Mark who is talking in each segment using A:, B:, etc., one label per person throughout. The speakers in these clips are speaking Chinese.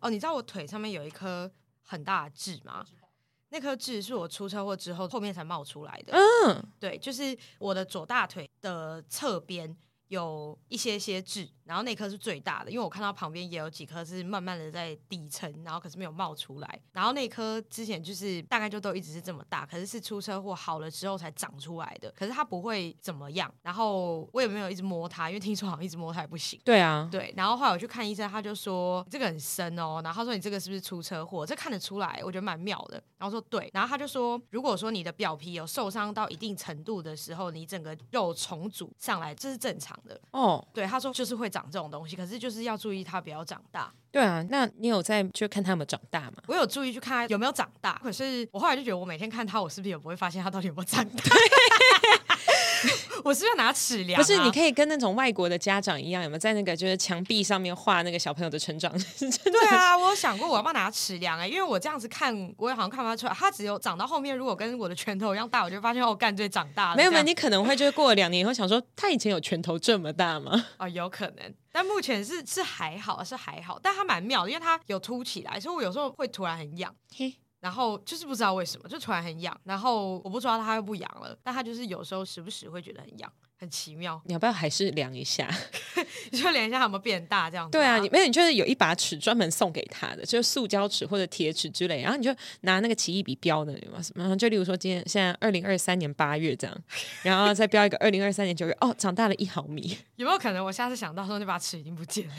A: 哦，你知道我腿上面有一颗很大的痣吗？那颗痣是我出车祸之后后面才冒出来的。
B: 嗯，
A: 对，就是我的左大腿的侧边有一些些痣，然后那颗是最大的，因为我看到旁边也有几颗是慢慢的在底层，然后可是没有冒出来。然后那颗之前就是大概就都一直是这么大，可是是出车祸好了之后才长出来的，可是它不会怎么样。然后我也没有一直摸它，因为听说好像一直摸它也不行。
B: 对啊，
A: 对，然后后来我去看医生，他就说这个很深哦，然后他说你这个是不是出车祸？这看得出来，我觉得蛮妙的。然后说对，然后他就说，如果说你的表皮有受伤到一定程度的时候，你整个肉重组上来，这是正常的。
B: 哦，
A: 对，他说就是会长这种东西，可是就是要注意它不要长大。
B: 对啊，那你有在就看他们长大吗？
A: 我有注意去看它有没有长大，可是我后来就觉得我每天看它，我是不是也不会发现它到底有没有长大？ 我是不是要拿尺量、啊？
B: 不是，你可以跟那种外国的家长一样，有没有在那个就是墙壁上面画那个小朋友的 成长？真的
A: 对啊，我有想过我要不要拿尺量哎、因为我这样子看，我也好像看不太出来，它啊只有长到后面，如果跟我的拳头一样大，我就发现哦，干最长大了。
B: 没有
A: 这
B: 没有，
A: 样
B: 你可能会就是过了两年以后想说，他以前有拳头这么 大吗？
A: 啊、有可能，但目前是是还好，是还好，但它蛮妙的，因为它有凸起来，所以我有时候会突然很痒。
B: 嘿，
A: 然后就是不知道为什么，就突然很痒，然后我不抓它它又不痒了，但它就是有时候时不时会觉得很痒，很奇妙，
B: 你要不要还是量一下？
A: 你就连一下它有没有变大这样子、
B: 对啊，你没有，你就是有一把尺专门送给他的，就是塑胶尺或者铁尺之类，然后你就拿那个奇异笔标的，有没有什么？然后就例如说今天现在二零二三年八月这样，然后再标一个二零二三年九月，哦，长大了一毫米，
A: 有没有可能我下次想到说那把尺已经不见了？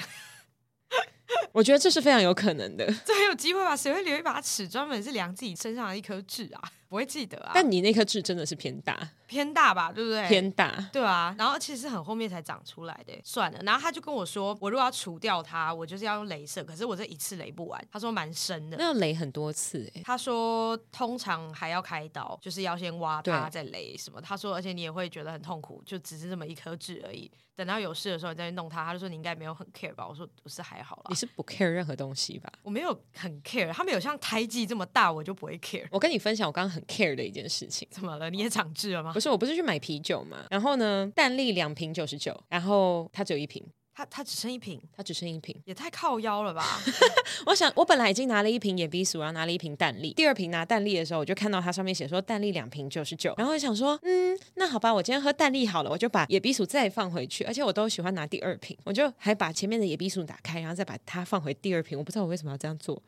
B: 我觉得这是非常有可能的。
A: 这很有机会吧？谁会留一把尺专门是量自己身上的一颗痣啊？ 不会记得啊？
B: 但你那颗痣真的是偏大，
A: 偏大吧，对不对？
B: 偏大，
A: 对啊，然后其实很后面才长出来的，算了。然后他就跟我说，我如果要除掉它，我就是要用镭射，可是我这一次镭不完，他说蛮深的。
B: 那要雷很多次哎、
A: 他说通常还要开刀，就是要先挖它
B: 对
A: 再镭什么。他说，而且你也会觉得很痛苦，就只是这么一颗痣而已。等到有事的时候你再去弄它，他就说你应该没有很 care 吧？我说我是还好
B: 你
A: 啦，
B: 是不 care 任何东西吧？
A: 我没有很 care，他没有像胎记这么大，我就不会 care。
B: 我跟你分享我刚刚很 care 的一件事情。
A: 怎么了？你也长痣了吗
B: 哦不？是，我不是去买啤酒嘛，然后呢，蛋力两瓶九十九，然后它只有一瓶，
A: 他他只剩一瓶，
B: 它只剩一瓶。
A: 也太靠腰了吧？
B: 我想，我本来已经拿了一瓶野比鼠，然后拿了一瓶蛋力。第二瓶拿蛋力的时候，我就看到它上面写说蛋力两瓶九十九，然后我想说，嗯，那好吧，我今天喝蛋力好了，我就把野比鼠再放回去，而且我都喜欢拿第二瓶，我就还把前面的野比鼠打开，然后再把它放回第二瓶。我不知道我为什么要这样做，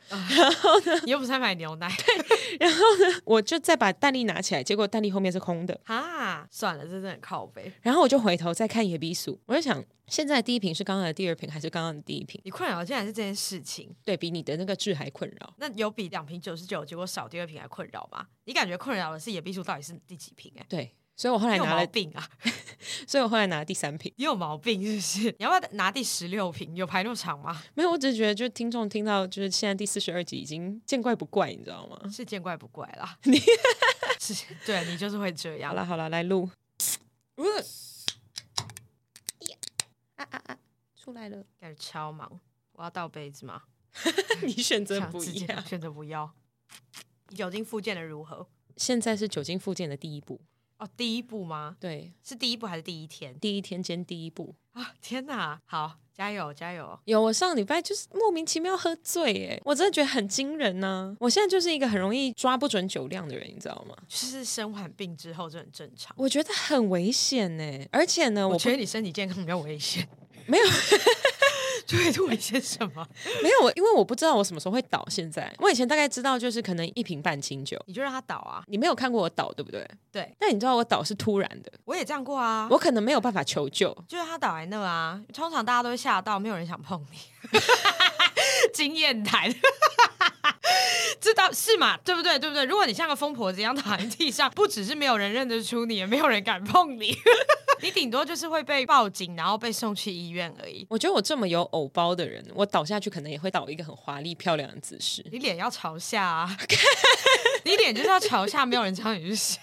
A: 你又不是在买牛奶
B: 我就再把蛋力拿起来，结果蛋力后面是空的，
A: 啊？算了，这真的很靠背。
B: 然后我就回头再看野比鼠，我就想，现在第一瓶是刚刚的第二瓶，还是刚刚的第一瓶？
A: 你困扰竟然是这件事情，
B: 对比你的那个痣还困扰。
A: 那有比两瓶九十九结果少第二瓶还困扰吗？你感觉困扰的是野碧树到底是第几瓶、欸？
B: 对，所以我后来
A: 你有
B: 拿
A: 毛
B: 了，
A: 病啊！
B: 所以我后来拿了第三瓶。
A: 你有毛病是不是？ 你要不要拿第十六瓶？有排那么长吗？
B: 没有，我只是觉得，就听众听到就是现在第四十二集已经见怪不怪，你知道吗？
A: 是见怪不怪 啦。是，对啊你就是会这样
B: 好。了好了，来录。呃
A: 哎啊感觉超忙，我要倒杯子吗？
B: 你选择
A: 想
B: 不
A: 自
B: 一
A: 己
B: 样。
A: 选择不要。酒精附件的如何？
B: 现在是酒精复健的第一步，
A: 哦，第一步吗？
B: 对，
A: 是第一步还是第一天
B: 第一天兼第一步。
A: 啊？天哪！好，加油加油！
B: 有，我上礼拜就是莫名其妙喝醉，耶，我真的觉得很惊人呐、我现在就是一个很容易抓不准酒量的人，你知道吗？
A: 就是生完病之后这很正常。
B: 我觉得很危险呢，而且呢，
A: 我
B: 我
A: 觉
B: 不
A: 得你身体健康比较危险。
B: 没有
A: 对，是危险什么？
B: 没有我，因为我不知道我什么时候会倒。现在我以前大概知道，就是可能一瓶半清酒。
A: 你就让他倒啊！
B: 你没有看过我倒，对不对？
A: 对，
B: 但你知道我倒是突然的，
A: 我也这样过啊。
B: 我可能没有办法求救。
A: 就让他倒在那啊。通常大家都会吓到，没有人想碰你。 经验谈，这倒是嘛？对不对？对不对？如果你像个疯婆子一样躺在地上，不只是没有人认得出你，也没有人敢碰你。 你顶多就是会被报警，然后被送去医院而已。
B: 我觉得我这么有偶包的人，我倒下去可能也会倒一个很华丽漂亮的姿势。
A: 你脸要朝下啊！ 你脸就是要朝下，没有人知道你是谁。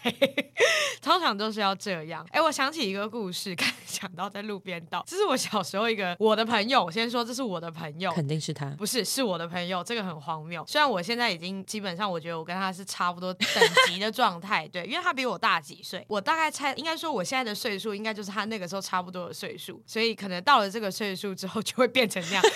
A: 通常都是要这样。哎、我想起一个故事，刚想到在路边道，这是我小时候一个我的朋友。我先说，这是我的朋友，
B: 肯定是他，
A: 不是，是我的朋友，这个很荒谬。虽然我现在已经基本上，我觉得我跟他是差不多等级的状态， 对，因为他比我大几岁，我大概猜，应该说我现在的岁数应该就是他那个时候差不多的岁数，所以可能到了这个岁数之后就会变成那样。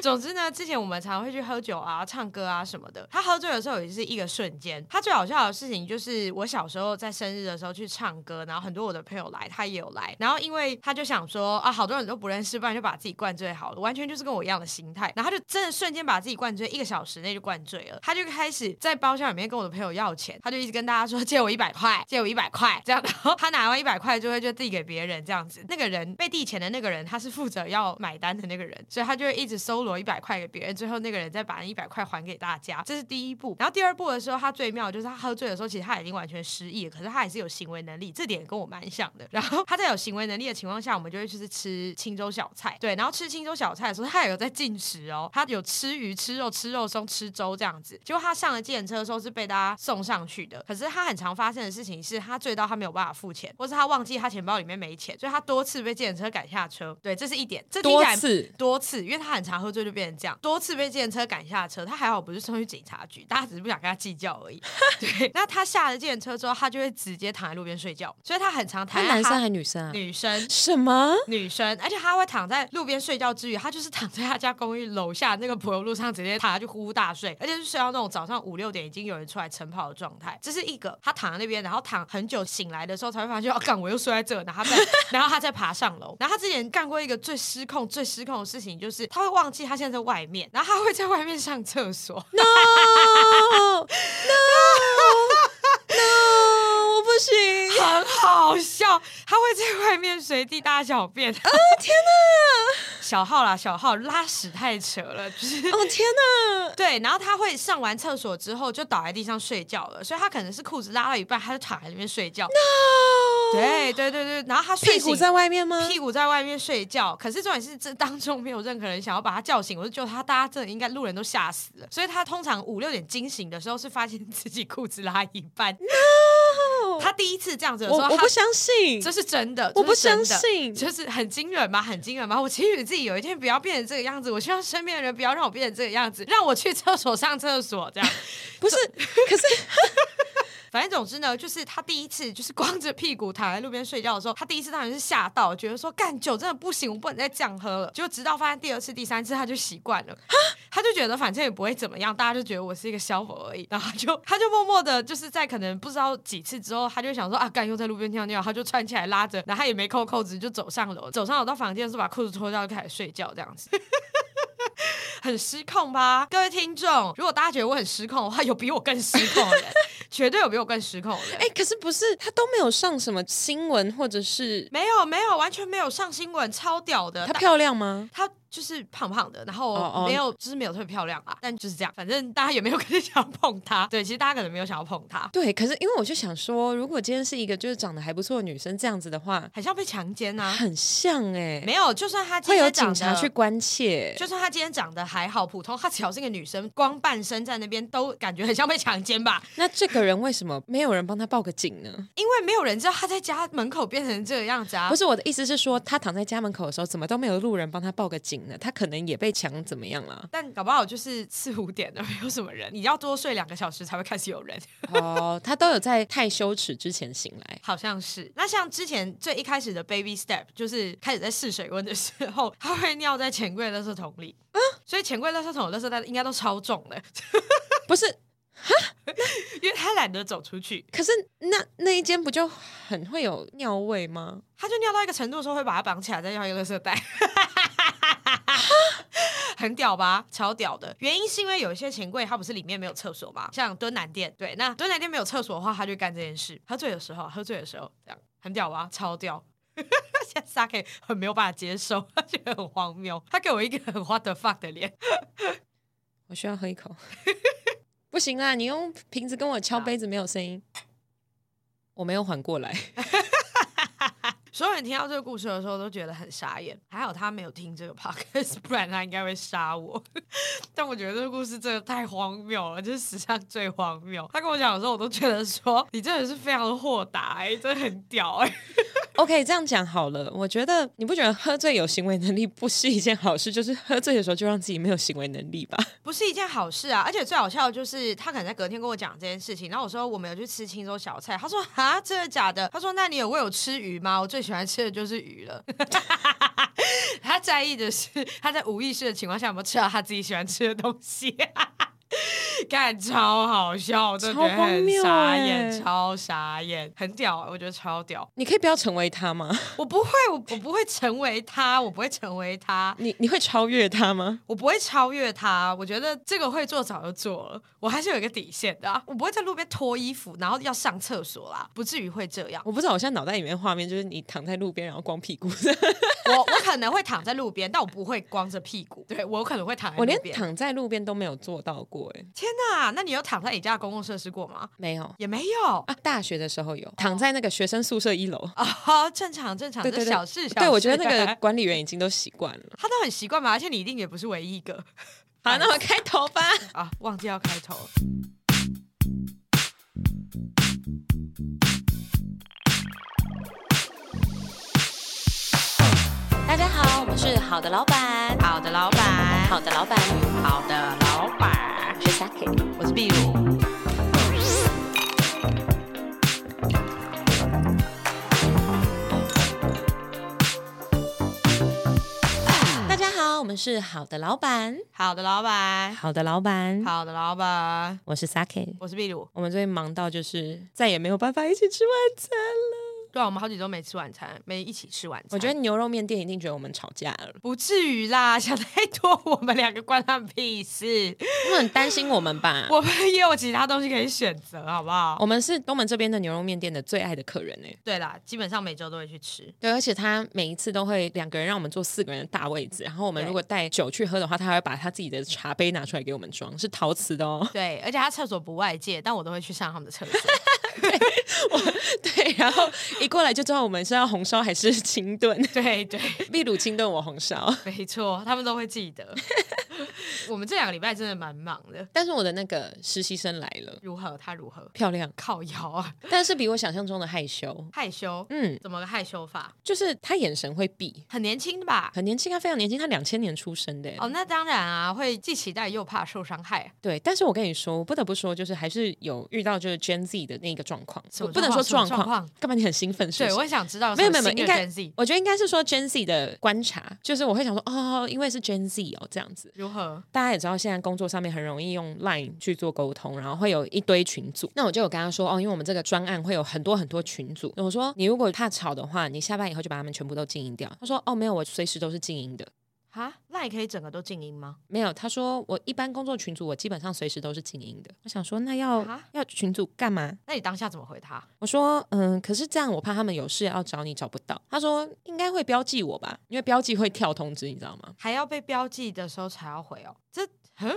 A: 总之呢，之前我们常会去喝酒啊、唱歌啊什么的。他喝醉的时候也是一个瞬间。他最好笑的事情就是，我小时候在生日的时候去唱歌，然后很多我的朋友来，他也有来。然后因为他就想说啊，好多人都不认识，不然就把自己灌醉好了，完全就是跟我一样的心态。然后他就真的瞬间把自己灌醉，一个小时内就灌醉了。他就开始在包厢里面跟我的朋友要钱，他就一直跟大家说借我一百块，借我一百块这样。然后他拿完一百块就会就递给别人这样子。那个人被递钱的那个人，他是负责要买单的那个人，所以他就会一直搜罗一百块给别人，最后那个人再把那一百块还给大家。这是第一步。然后第二步的时候，他最妙的就是他喝醉的时候，其实他已经完全失忆了，可是他还是有行为能力，这点跟我蛮像的。然后他在有行为能力的情况下，我们就会去吃青州小菜，对。然后吃青州小菜的时候，他也有在进食哦，他有吃鱼、吃肉、吃肉松、吃粥这样子。结果他上了计程车的时候是被大家送上去的，可是他很常发生的事情是他醉到他没有办法付钱，或是他忘记他钱包里面没钱，所以他多次被计程车赶下车。对，这是一点。这听起
B: 多
A: 来
B: 次
A: 多次，因为他很常喝醉就变成这样，多次被计程车赶下车。他还好不是送去警察局，大家只是不想跟他计较 而已。对，那他下了计程车之后，他就会直接躺在路边睡觉，所以他很常躺
B: 他
A: 在
B: 男生还女生啊？
A: 女生。
B: 什么？
A: 女生，而且他会躺在路边睡觉之余，他就是躺在他家公寓楼下那个柏油路上，直接躺下去呼呼大睡，而且是睡到那种早上五六点已经有人出来晨跑的状态。这是一个，他躺在那边，然后躺很久，醒来的时候才会发现，哦，干，我又睡在这，然后他再，然后他再爬上楼。然后他之前干过一个最失控、最失控的事情，就是他会忘记他现在在外面，然后他会在外面上厕所。
B: No No No！我不行！
A: 很好笑，他会在外面随地大小便。啊、
B: 天哪！
A: 小号啦，小号拉屎太扯了，就是
B: 哦天哪！
A: 对，然后他会上完厕所之后就倒在地上睡觉了，所以他可能是裤子拉到一半，他就躺在那边睡觉。对对对对，然后他睡
B: 屁
A: 醒
B: 股在外面吗？
A: 屁股在外面睡觉，可是重点是这当中没有任何人想要把他叫醒，我就觉得他大家真的应该路人都吓死了，所以他通常五六点惊醒的时候是发现自己裤子拉一半。他第一次这样子的时
B: 我
A: 候，
B: 我
A: 他
B: 不相信
A: 这。是真的，
B: 我
A: 这是真的
B: 不相信
A: 就是很惊人吧，很惊人吧。我祈许自己有一天不要变成这个样子，我希望身边的人不要让我变成这个样子，让我去厕所上厕所这样。
B: 不是，可是
A: 反正总之呢，就是他第一次就是光着屁股躺在路边睡觉的时候，他第一次当然是吓到，觉得说干酒真的不行，我不能再这样喝了。就直到发现第二次、第三次，他就习惯了，他就觉得反正也不会怎么样，大家就觉得我是一个小伙而已，然后就他就默默的，就是在可能不知道几次之后，他就想说啊，干又在路边尿尿，他就穿起来拉着，然后他也没扣扣子，就走上楼，走上楼到房间的时候把裤子脱掉就开始睡觉这样子。很失控吧？各位听众，如果大家觉得我很失控的话，有比我更失控的人， 绝对有比我更失控的人。
B: 哎、可是不是他都没有上什么新闻，或者是
A: 没有没有，完全没有上新闻，超屌的。
B: 她
A: 大
B: 漂亮吗？
A: 她就是胖胖的，然
B: 哦
A: 后
B: 哦
A: 没有就是没有特别漂亮啊，但就是这样。反正大家也没有可能想要碰她。 对，其实大家可能没有想要碰她，
B: 对，可是因为我就想说，如果今天是一个就是长得还不错的女生这样子的话，
A: 很像被强奸 啊。
B: 很像哎、
A: 没有，就算她今
B: 会有
A: 天长
B: 警
A: 得
B: 察去关切。
A: 就算她今天长得还好普通，她只要是个女生，光半身在那边都感觉很像被强奸 吧？
B: 那这个人为什么没有人帮他报个警呢？
A: 因为没有人知道她在家门口变成这个样子啊。？
B: 不是我的意思是说，他躺在家门口的时候，怎么都没有路人帮他报个警呢？他可能也被抢怎么样了
A: 但搞不好就是四五点了，没有什么人，你要多睡两个小时才会开始有人。
B: 哦，他都有在太羞耻之前醒来。
A: 好像是。那像之前最一开始的 baby step，就是开始在试水温的时候，它会尿在钱柜垃圾桶里。所以钱柜垃圾桶的垃圾袋应该都超重的，
B: 不是，
A: 因为他懒得走出去，
B: 可是那那一间不就很会有尿味吗？
A: 他就尿到一个程度的时候会把它绑起来，再尿一个垃圾袋。 很屌吧，超屌的。原因是因为有一些钱柜它不是里面没有厕所嘛，像敦南店，对，那敦南店没有厕所的话，他就干这件事。喝醉的时候，喝醉的时候这样，很屌吧，超屌。 现在 s a k 很没有办法接受，他觉得很荒谬，他给我一个很 what the fuck 的脸。
B: 我需要喝一口。 不行啦，你用瓶子跟我敲杯子没有声音，我没有缓过来。
A: 所有人听到这个故事的时候都觉得很傻眼，还好他没有听这个 podcast，不然他应该会杀我。 但我觉得这个故事真的太荒谬了，就是史上最荒谬。他跟我讲的时候，我都觉得说你真的是非常的豁达、欸，真的很屌哎、
B: OK，这样讲好了。我觉得你不觉得喝醉有行为能力不是一件好事？就是喝醉的时候就让自己没有行为能力吧。
A: 不是一件好事啊！而且最好笑的就是他可能在隔天跟我讲这件事情，然后我说我们有去吃青州小菜，他说啊真的假的？他说那你有喂我吃鱼吗？我最喜欢吃的就是鱼了。 他在意的是他在无意识的情况下有没有吃到他自己喜欢吃的东西。 看，超好笑，我真的觉得
B: 超荒
A: 很
B: 谬
A: 傻
B: 欸
A: 眼，超傻眼，很屌、啊，我觉得超屌。
B: 你可以不要成为他吗？
A: 我不会，我我不会成为他，我不会成为他，
B: 你你会超越他吗？
A: 我不会超越他，我觉得这个会做早就做了，我还是有一个底线的、啊，我不会在路边脱衣服，然后要上厕所啦，不至于会这样。
B: 我不知道，我现在脑袋里面画面就是你躺在路边，然后光屁股。
A: 我我可能会躺在路边，但我不会光着屁股，对我可能会躺在
B: 我连
A: 路边。
B: 躺在路边都没有做到过、欸，哎，
A: 天哪，那你有躺在你家的公共设施过吗？
B: 没有
A: 也没有
B: 啊。大学的时候有躺在那个学生宿舍一楼。
A: 啊、正常正常，
B: 对对
A: 这
B: 对，
A: 小事小事。
B: 对我觉得那个管理员已经都习惯了。
A: 他都很习惯嘛，而且你一定也不是唯一一个
B: 好， 那我开头吧。
A: 啊，忘记要开头了。
B: 大家好，我们是好的老板，
A: 好的，老板，
B: 好的老板，
A: 好的，老板，
B: 我是 Saki。
A: 我是壁炉。
B: 大家好，我们是好的老板，
A: 好的，老板，
B: 好的老板，
A: 好的，老板，
B: 我是 Saki。
A: 我是壁炉。
B: 我们最近忙到就是再也没有办法一起吃晚餐了。
A: 对啊，我们好几周没吃晚餐，没一起吃晚餐。
B: 我觉得牛肉面店一定觉得我们吵架了，
A: 不至于啦， 想太多，我们两个关他们屁事。
B: 他们很担心我们吧？
A: 我们也有其他东西可以选择，好不好？
B: 我们是东门这边的牛肉面店的最爱的客人呢、欸
A: 对啦，基本上每周都会去吃。
B: 对，而且他每一次都会两个人让我们坐四个人的大位子，然后我们
A: 对。
B: 如果带酒去喝的话，他还会把他自己的茶杯拿出来给我们装，是陶瓷的哦
A: 对，而且他厕所不外借，但我都会去上他们的厕所。
B: 对，然后一过来就知道我们是要红烧还是清炖，
A: 对对，
B: 秘鲁清炖我红烧。
A: 没错，他们都会记得。 我们这两个礼拜真的蛮忙的。
B: 但是我的那个实习生来了，
A: 如何？他如何？
B: 漂亮，
A: 靠腰啊，
B: 但是比我想象中的害羞。
A: 害羞。
B: 嗯，
A: 怎么个害羞法？
B: 就是他眼神会避，
A: 很年轻的吧？
B: 很年轻，他啊非常年轻，他两千年出生的。欸
A: 哦，那当然啊，会既期待又怕受伤害。啊
B: 对，但是我跟你说，我不得不说，就是还是有遇到就是 Gen Z 的那个状况，
A: 什
B: 我
A: 么
B: 不能
A: 状
B: 说
A: 况什么
B: 状
A: 状
B: 况
A: 况，
B: 干嘛你很兴奋？是
A: 对，
B: 不
A: 我
B: 是？
A: 也想知道
B: 没有没有没有，
A: 新的
B: 应该
A: Gen Z
B: 我觉得应该是说 Gen Z 的观察，就是我会想说，哦，因为是 Gen Z 哦，这样子。
A: 如何？
B: 大家也知道，现在工作上面很容易用 Line 去做沟通，然后会有一堆群组。那我就有跟他说，哦，因为我们这个专案会有很多很多群组。我说，你如果怕吵的话，你下班以后就把他们全部都静音掉。他说，哦，没有，我随时都是静音的。
A: 哈，那也可以整个都静音吗？
B: 没有，他说我一般工作群组，我基本上随时都是静音的。我想说，那要
A: 啊
B: 要群组干嘛？
A: 那你当下怎么回他？
B: 我说，嗯，可是这样我怕他们有事要找你找不到。他说应该会标记我吧，因为标记会跳通知，你知道吗？
A: 还要被标记的时候才要回哦？这，嗯，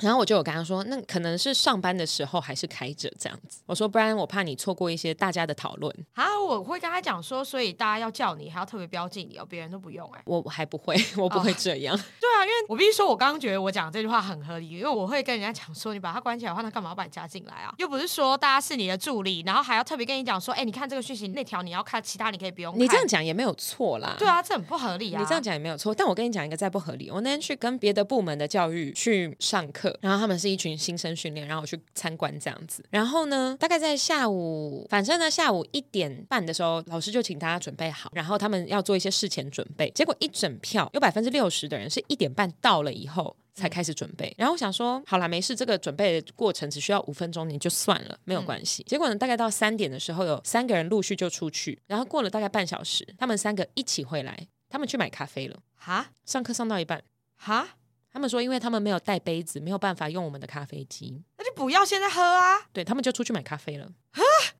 B: 然后我就有跟他说，那可能是上班的时候还是开着这样子。我说，不然我怕你错过一些大家的讨论。
A: 啊，我会跟他讲说，所以大家要叫你，还要特别标记你哦，别人都不用哎、
B: 我我还不会， 我不会这样。
A: 对啊，因为我必须说，我刚刚觉得我讲这句话很合理，因为我会跟人家讲说，你把它关起来的话，那干嘛要把你加进来啊？又不是说大家是你的助理，然后还要特别跟你讲说，哎、你看这个讯息，那条你要看，其他你可以不用看。
B: 你这样讲也没有错啦。
A: 对啊，这很不合理啊！
B: 你这样讲也没有错，但我跟你讲一个再不合理。我那天去跟别的部门的教育去上课，然后他们是一群新生训练，然后我去参观这样子。然后呢，大概在下午，反正呢下午一点半的时候，老师就请大家准备好，然后他们要做一些事前准备。结果一整票有百分之六十的人是一点半到了以后。才开始准备，然后我想说，好啦，没事，这个准备的过程只需要五分钟，你就算了，没有关系。结果呢，大概到三点的时候，有三个人陆续就出去，然后过了大概半小时，他们三个一起回来，他们去买咖啡了。
A: 哈
B: 上课上到一半，
A: 哈，
B: 他们说因为他们没有带杯子，没有办法用我们的咖啡机，
A: 那就不要现在喝啊！
B: 对他们就出去买咖啡了。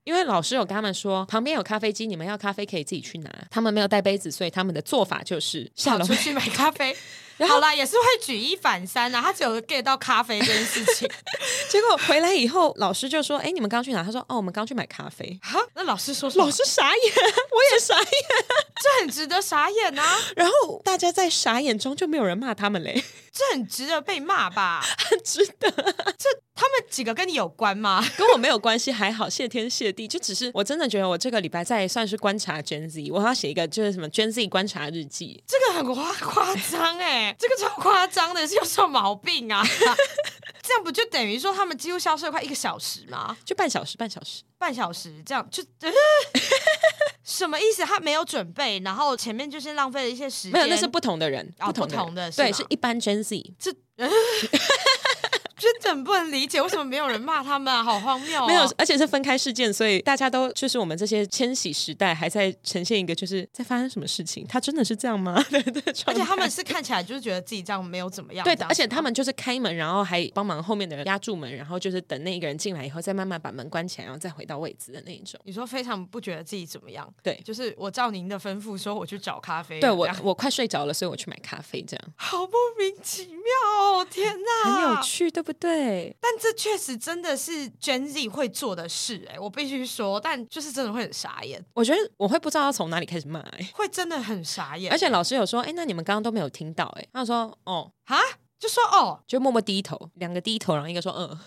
B: 因为老师有跟他们说，旁边有咖啡机，你们要咖啡可以自己去拿。他们没有带杯子，所以他们的做法就是下楼
A: 出去买咖啡，好啦，也是会举一反三啊，他只有 get 到咖啡这件事 情。
B: 结果回来以后，老师就说：“哎，你们刚去哪？”他说：“哦，我们刚去买咖啡。
A: 哈啊那老师说”什么？
B: 老师傻眼，我 也傻眼，
A: 这很值得傻眼啊，
B: 然后大家在傻眼中就没有人骂他们嘞，
A: 这很值得被骂吧？
B: 很值得。
A: 他们几个跟你有关 吗？
B: 跟我没有关系，还好，谢天谢地。就只是我真的觉得我这个礼拜在算是观察 Gen Z，我要写一个就是什么 Gen Z 观察日记。
A: 这个很夸夸张哎，这个超夸张的，是有什么毛病 啊？这样不就等于说他们几乎消失了快一个小时吗？
B: 就半小时，半小时，
A: 半小时这 样就、呃什么意思？他没有准备，然后前面就先浪费了一些时间。
B: 没有，那是不同的人，
A: 哦
B: 同的人
A: 不同的是吗
B: 对，是一般 Gen Z。
A: 这，呃真的很不能理解为什么没有人骂他们啊，好荒谬、哦！
B: 没有，而且是分开事件，所以大家都就是我们这些千禧时代还在呈现一个就是在发生什么事情，他真的是这样吗？ 对对，
A: 而
B: 而
A: 且他们是看起来就是觉得自己这样没有怎么样。
B: 对
A: 这
B: 的，
A: 样
B: 而且
A: 子吗
B: 他们就是开门，然后还帮忙后面的人压住门，然后就是等那一个人进来以后，再慢慢把门关起来，然后再回到位置的那一种。
A: 你说非常不觉得自己怎么样，
B: 对
A: 就是我照您的吩咐说我去找咖啡了，
B: 对我
A: 这样，
B: 我快睡着了，所以我去买咖啡，这样
A: 好莫名其妙哦，天哪，
B: 很有趣，对不对？
A: 但这确实真的是 Gen Z 会做的事、哎，我必须说，但就是真的会很傻眼，
B: 我觉得我会不知道要从哪里开始骂、欸，
A: 会真的很傻眼，
B: 而且老师有说，哎、那你们刚刚都没有听到、欸，哎，他说，哦，
A: 啊，就说哦，
B: 就默默低头，两个低头，然后一个说，嗯，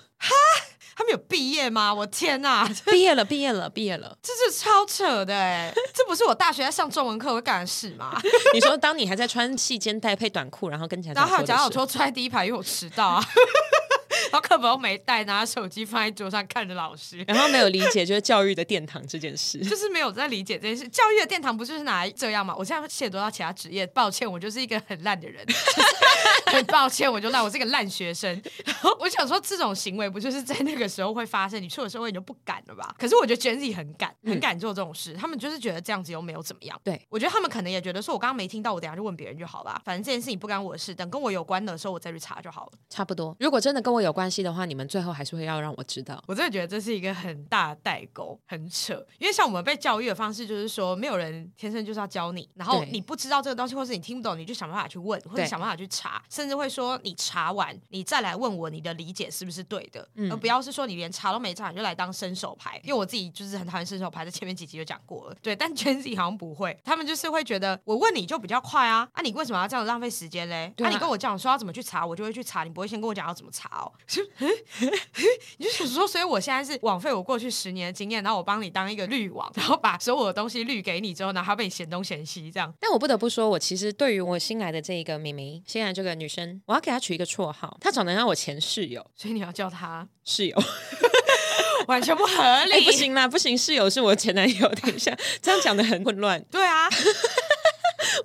A: 他们有毕业吗？我天哪，这
B: 毕业了，毕业了，毕业了。
A: 这是超扯的、哎，这不是我大学在上中文课会干的事吗？
B: 你说当你还在穿细肩带配短裤，然后跟家
A: 然
B: 长
A: 后还有
B: 说的
A: 贾
B: 时
A: 小
B: 候，
A: 秋坐在第一排，因为我迟到啊。然后课本又没带，拿手机放在桌上看着老师，
B: 然后没有理解就是教育的殿堂这件事。
A: 就是没有在理解这件事。教育的殿堂不就是拿来这样吗？我现在亵渎到其他职业，抱歉，我就是一个很烂的人， 很抱歉，我就烂，我是个烂学生。然后我想说，这种行为不就是在那个时候会发生？你出了社会你就不敢了吧？可是我觉得 Gen Z 很敢，很敢做这种事，他们就是觉得这样子又没有怎么样。
B: 嗯对
A: 我觉得他们可能也觉得说，我刚刚没听到，我等一下就问别人就好啦。反正这件事情不干我的事，等跟我有关的时候我再去查就好了。
B: 差不多。如果真的跟我有关系的话，你们最后还是会要让我知道。
A: 我真的觉得这是一个很大的代沟，很扯。因为像我们被教育的方式，就是说没有人天生就是要教你，然后
B: 对
A: 你不知道这个东西，或是你听不懂，你就想办法去问，或者
B: 对
A: 想办法去查，甚至会说你查完你再来问我你的理解是不是对的，
B: 嗯
A: 而不要是说你连查都没查你就来当伸手牌。因为我自己就是很讨厌伸手牌，在前面几集就讲过了。对，但 Gen Z 好像不会，他们就是会觉得我问你就比较快啊，啊你为什么要这样浪费时间嘞？
B: 对啊
A: 啊你跟我讲说要怎么去查，我就会去查，你不会先跟我讲要怎么查哦。 你就想说，所以我现在是枉费我过去十年的经验，然后我帮你当一个滤网，然后把所有的东西滤给你之后，然后还被你嫌东嫌西这样。
B: 但我不得不说，我其实对于我新来的这一个妹妹，新来这个女生，我要给她取一个绰号。她长得像我前室友，
A: 所以你要叫他
B: 室友，
A: 完全不合理，
B: 哎、不。行啦，不行，室友是我前男友。等一下， 这样讲的很混 乱。
A: 对啊，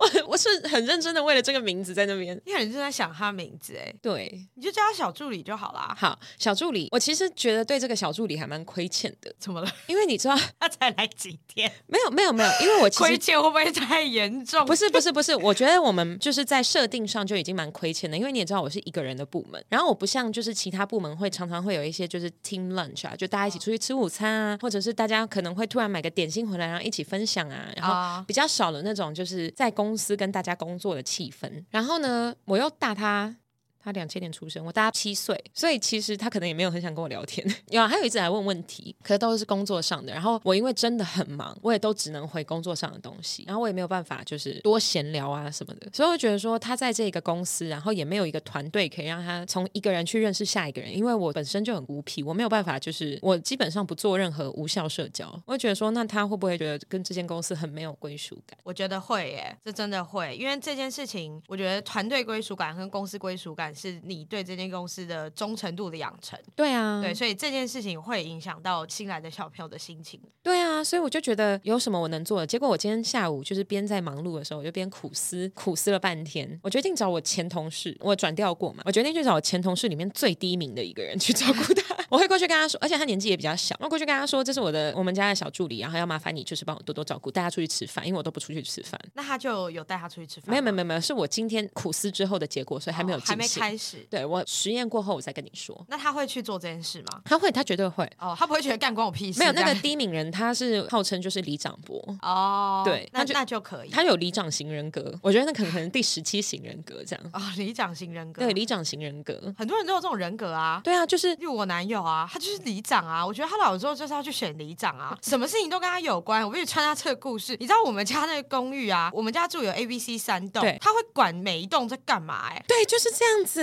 B: 我我是很认真的为了这个名字在那边。
A: 你很认真在想他名字哎，
B: 对，
A: 你就叫他小助理就好啦。
B: 好，小助理，我其实觉得对这个小助理还蛮亏欠的，
A: 怎么了？
B: 因为你知道，
A: 他才来几天，
B: 没有，没有，没有，因为我其
A: 亏
B: 实。
A: 欠会不会太严重？
B: 不是不是不 是，我觉得我们就是在设定上就已经蛮亏欠的，因为你也知道我是一个人的部门，然后我不像就是其他部门会常常会有一些就是 team lunch 啊，就大家一起出去吃午餐啊，或者是大家可能会突然买个点心回来，然后一起分享啊，然后
A: 啊
B: 比较少了那种就是在公司跟大家工作的气氛。然后呢，我又大他。他两千年出生，我大他七岁，所以其实他可能也没有很想跟我聊天。 有啊，他有一直来问问题，可是都是工作上的。然后我因为真的很忙，我也都只能回工作上的东西，然后我也没有办法就是多闲聊啊什么的。所以我觉得说他在这个公司，然后也没有一个团队可以让他从一个人去认识下一个人，因为我本身就很孤僻，我没有办法就是我基本上不做任何无效社交。我就觉得说，那他会不会觉得跟这间公司很没有归属感？
A: 我觉得会耶，这真的会，因为这件事情，我觉得团队归属感跟公司归属感是你对这间公司的忠诚度的养成。
B: 对啊，
A: 对，所以这件事情会影响到新来的小朋友的心情。
B: 对啊，所以我就觉得有什么我能做的。结果我今天下午就是边在忙碌的时候，我就边苦思苦思了半天。我决定找我前同事，我转调过嘛，我决定去找我前同事里面最低名的一个人去照顾他。 我会过去跟他说，而且他年纪也比较小，我过去跟他说，这是我的我们家的小助理，然后要麻烦你就是帮我多多照顾，带他出去吃饭，因为我都不出去吃饭。
A: 那他就有带他出去吃饭吗？
B: 没有没有没有没有，是我今天苦思之后的结果，所以还没有
A: 哦还
B: 进
A: 没
B: 行。
A: 开始。
B: 对我实验过后，我再跟你说。
A: 那他会去做这件事吗？
B: 他会，他绝对会。
A: 哦，他不会觉得干关我屁事。
B: 没有那
A: 这
B: 个
A: 样
B: 低敏人，他是号称就是里长伯，
A: 哦，
B: 对
A: 那
B: 他就
A: 那就可以。
B: 他有里长型人格，我觉得那可能可能第十七型人格这样。
A: 哦，里长型人格，
B: 对，里长型人格，
A: 很多人都有这种人格啊。
B: 对啊，就是
A: 就我男友啊，他就是里长啊，我觉得他老之后就是要去选里长啊， 什么事情都跟他有关。我必须穿插这个故事，你知道我们家那个公寓啊，我们家住有 A、B、C 三栋
B: 对，
A: 他会管每一栋在干嘛、欸，
B: 对，就是这样子。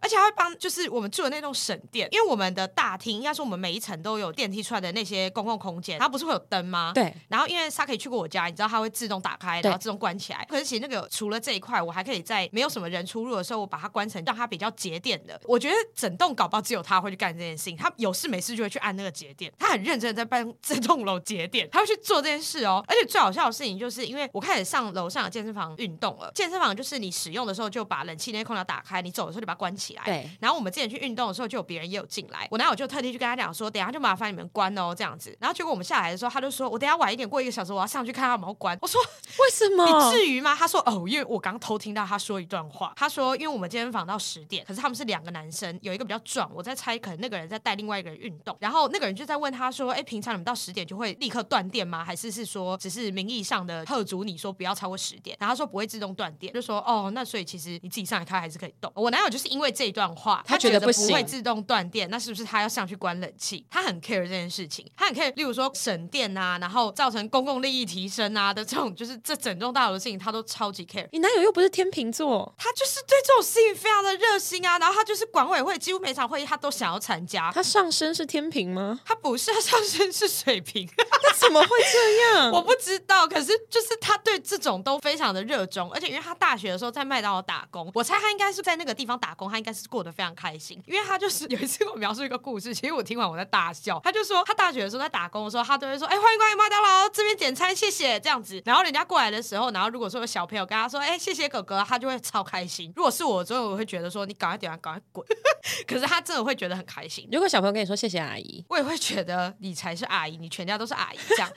A: 而且还会帮，就是我们住的那栋省电，因为我们的大厅应该说我们每一层都有电梯出来的那些公共空间，它不是会有灯吗？。
B: 对，
A: 然后因为沙可以去过我家，你知道它会自动打开，
B: 对
A: 然后自动关起来。可是其实那个除了这一块，我还可以在没有什么人出入的时候，我把它关成让它比较节电的。我觉得整栋搞不好只有他会去干这件事情，他有事没事就会去按那个节电，他很认真地在帮这栋楼节电，他会去做这件事哦。而且最好笑的事情就是，因为我开始上楼上的健身房运动了，健身房就是你使用的时候就把冷气那些空调打开，你走的时候就把它关起来。
B: 对
A: 然后我们之前去运动的时候，就有别人也有进来，我男友就特地去跟他讲说，等一下就麻烦你们关哦，这样子。然后结果我们下来的时候，他就说，我等一下晚一点，过一个小时我要上去看他有没有关。我说
B: 为什么
A: 你？至于吗？他说哦，因为我刚偷听到他说一段话，他说因为我们健身房到十点，可是他们是两个男生，有一个比较壮，我在猜可能那个人在带另外一个人运动，然后那个人就在问他说，哎，平常你们到十点就会立刻断电吗？还是是说只是名义上的贺主你说不要超过十点？然后他说不会自动断电，就说哦，那所以其实你自己上来开还是可以动。我男友就是因为这一段话，
B: 他
A: 他
B: 觉
A: 觉
B: 得
A: 得不
B: 不行
A: 会自动断电，那是不是他要上去关冷气？他很 care 这件事情，他很 care，例如说省电啊，然后造成公共利益提升啊的这种，就是这整栋大楼的事情，他都超级 care。
B: 你男友又不是天秤座，
A: 他就是对这种事情非常的热心啊，然后他就是管委会几乎每场会议他都想要参加。
B: 他上身是天平吗？
A: 他不是，他上身是水平，
B: 那怎么会这样？
A: 我不知道。可是就是他对这种都非常的热衷，而且因为他大学的时候在麦当劳打工，我猜他应该是在那个地方打工，他应该是过得非常开心。因为他就是有一次跟我描述一个故事，其实我听完我在大笑。他就说他大学的时候在打工的时候，他都会说：“哎、欢迎光临麦当劳，这边点餐，谢谢。”这样子。然后人家过来的时候，然后如果说有小朋友跟他说：“哎、谢谢哥哥”，他就会超开心。如果是我之后，我会觉得说：“你赶快点完，赶快滚。” 可是他真的会觉得很开心。
B: 如果小朋友跟你说谢谢阿姨，
A: 我也会觉得你才是阿姨，你全家都是阿姨这样。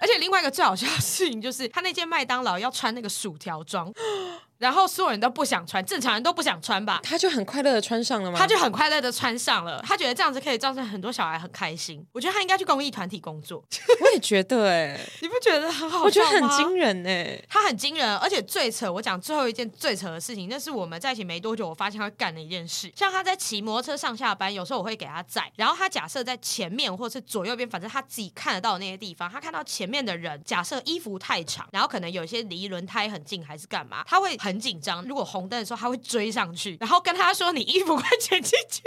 A: 而且另外一个最好笑的事情就是，他那件麦当劳要穿那个薯条装，然后所有人都不想穿，正常人都不想穿吧。
B: 他就很快乐的穿上了吗？
A: 他就很快乐的穿上了，他觉得这样子可以造成很多小孩很开心。我觉得他应该去公益团体工作，
B: 我也觉得哎、
A: 你不觉得很好笑吗？
B: 我觉得很惊人哎、
A: 他很惊人，而且最扯，我讲最后一件最扯的事情，那是我们在一起没多久，我发现他干的一件事。像他在骑摩托车上下班，有时候我会给他载，然后他假设在前面或是左右边，反正他自己看得到的那些地方，他看到前面的人，假设衣服太长，然后可能有些离轮胎很近还是干嘛，他会很紧张。如果红灯的时候，他会追上去，然后跟他说：“你衣服快卷进去。”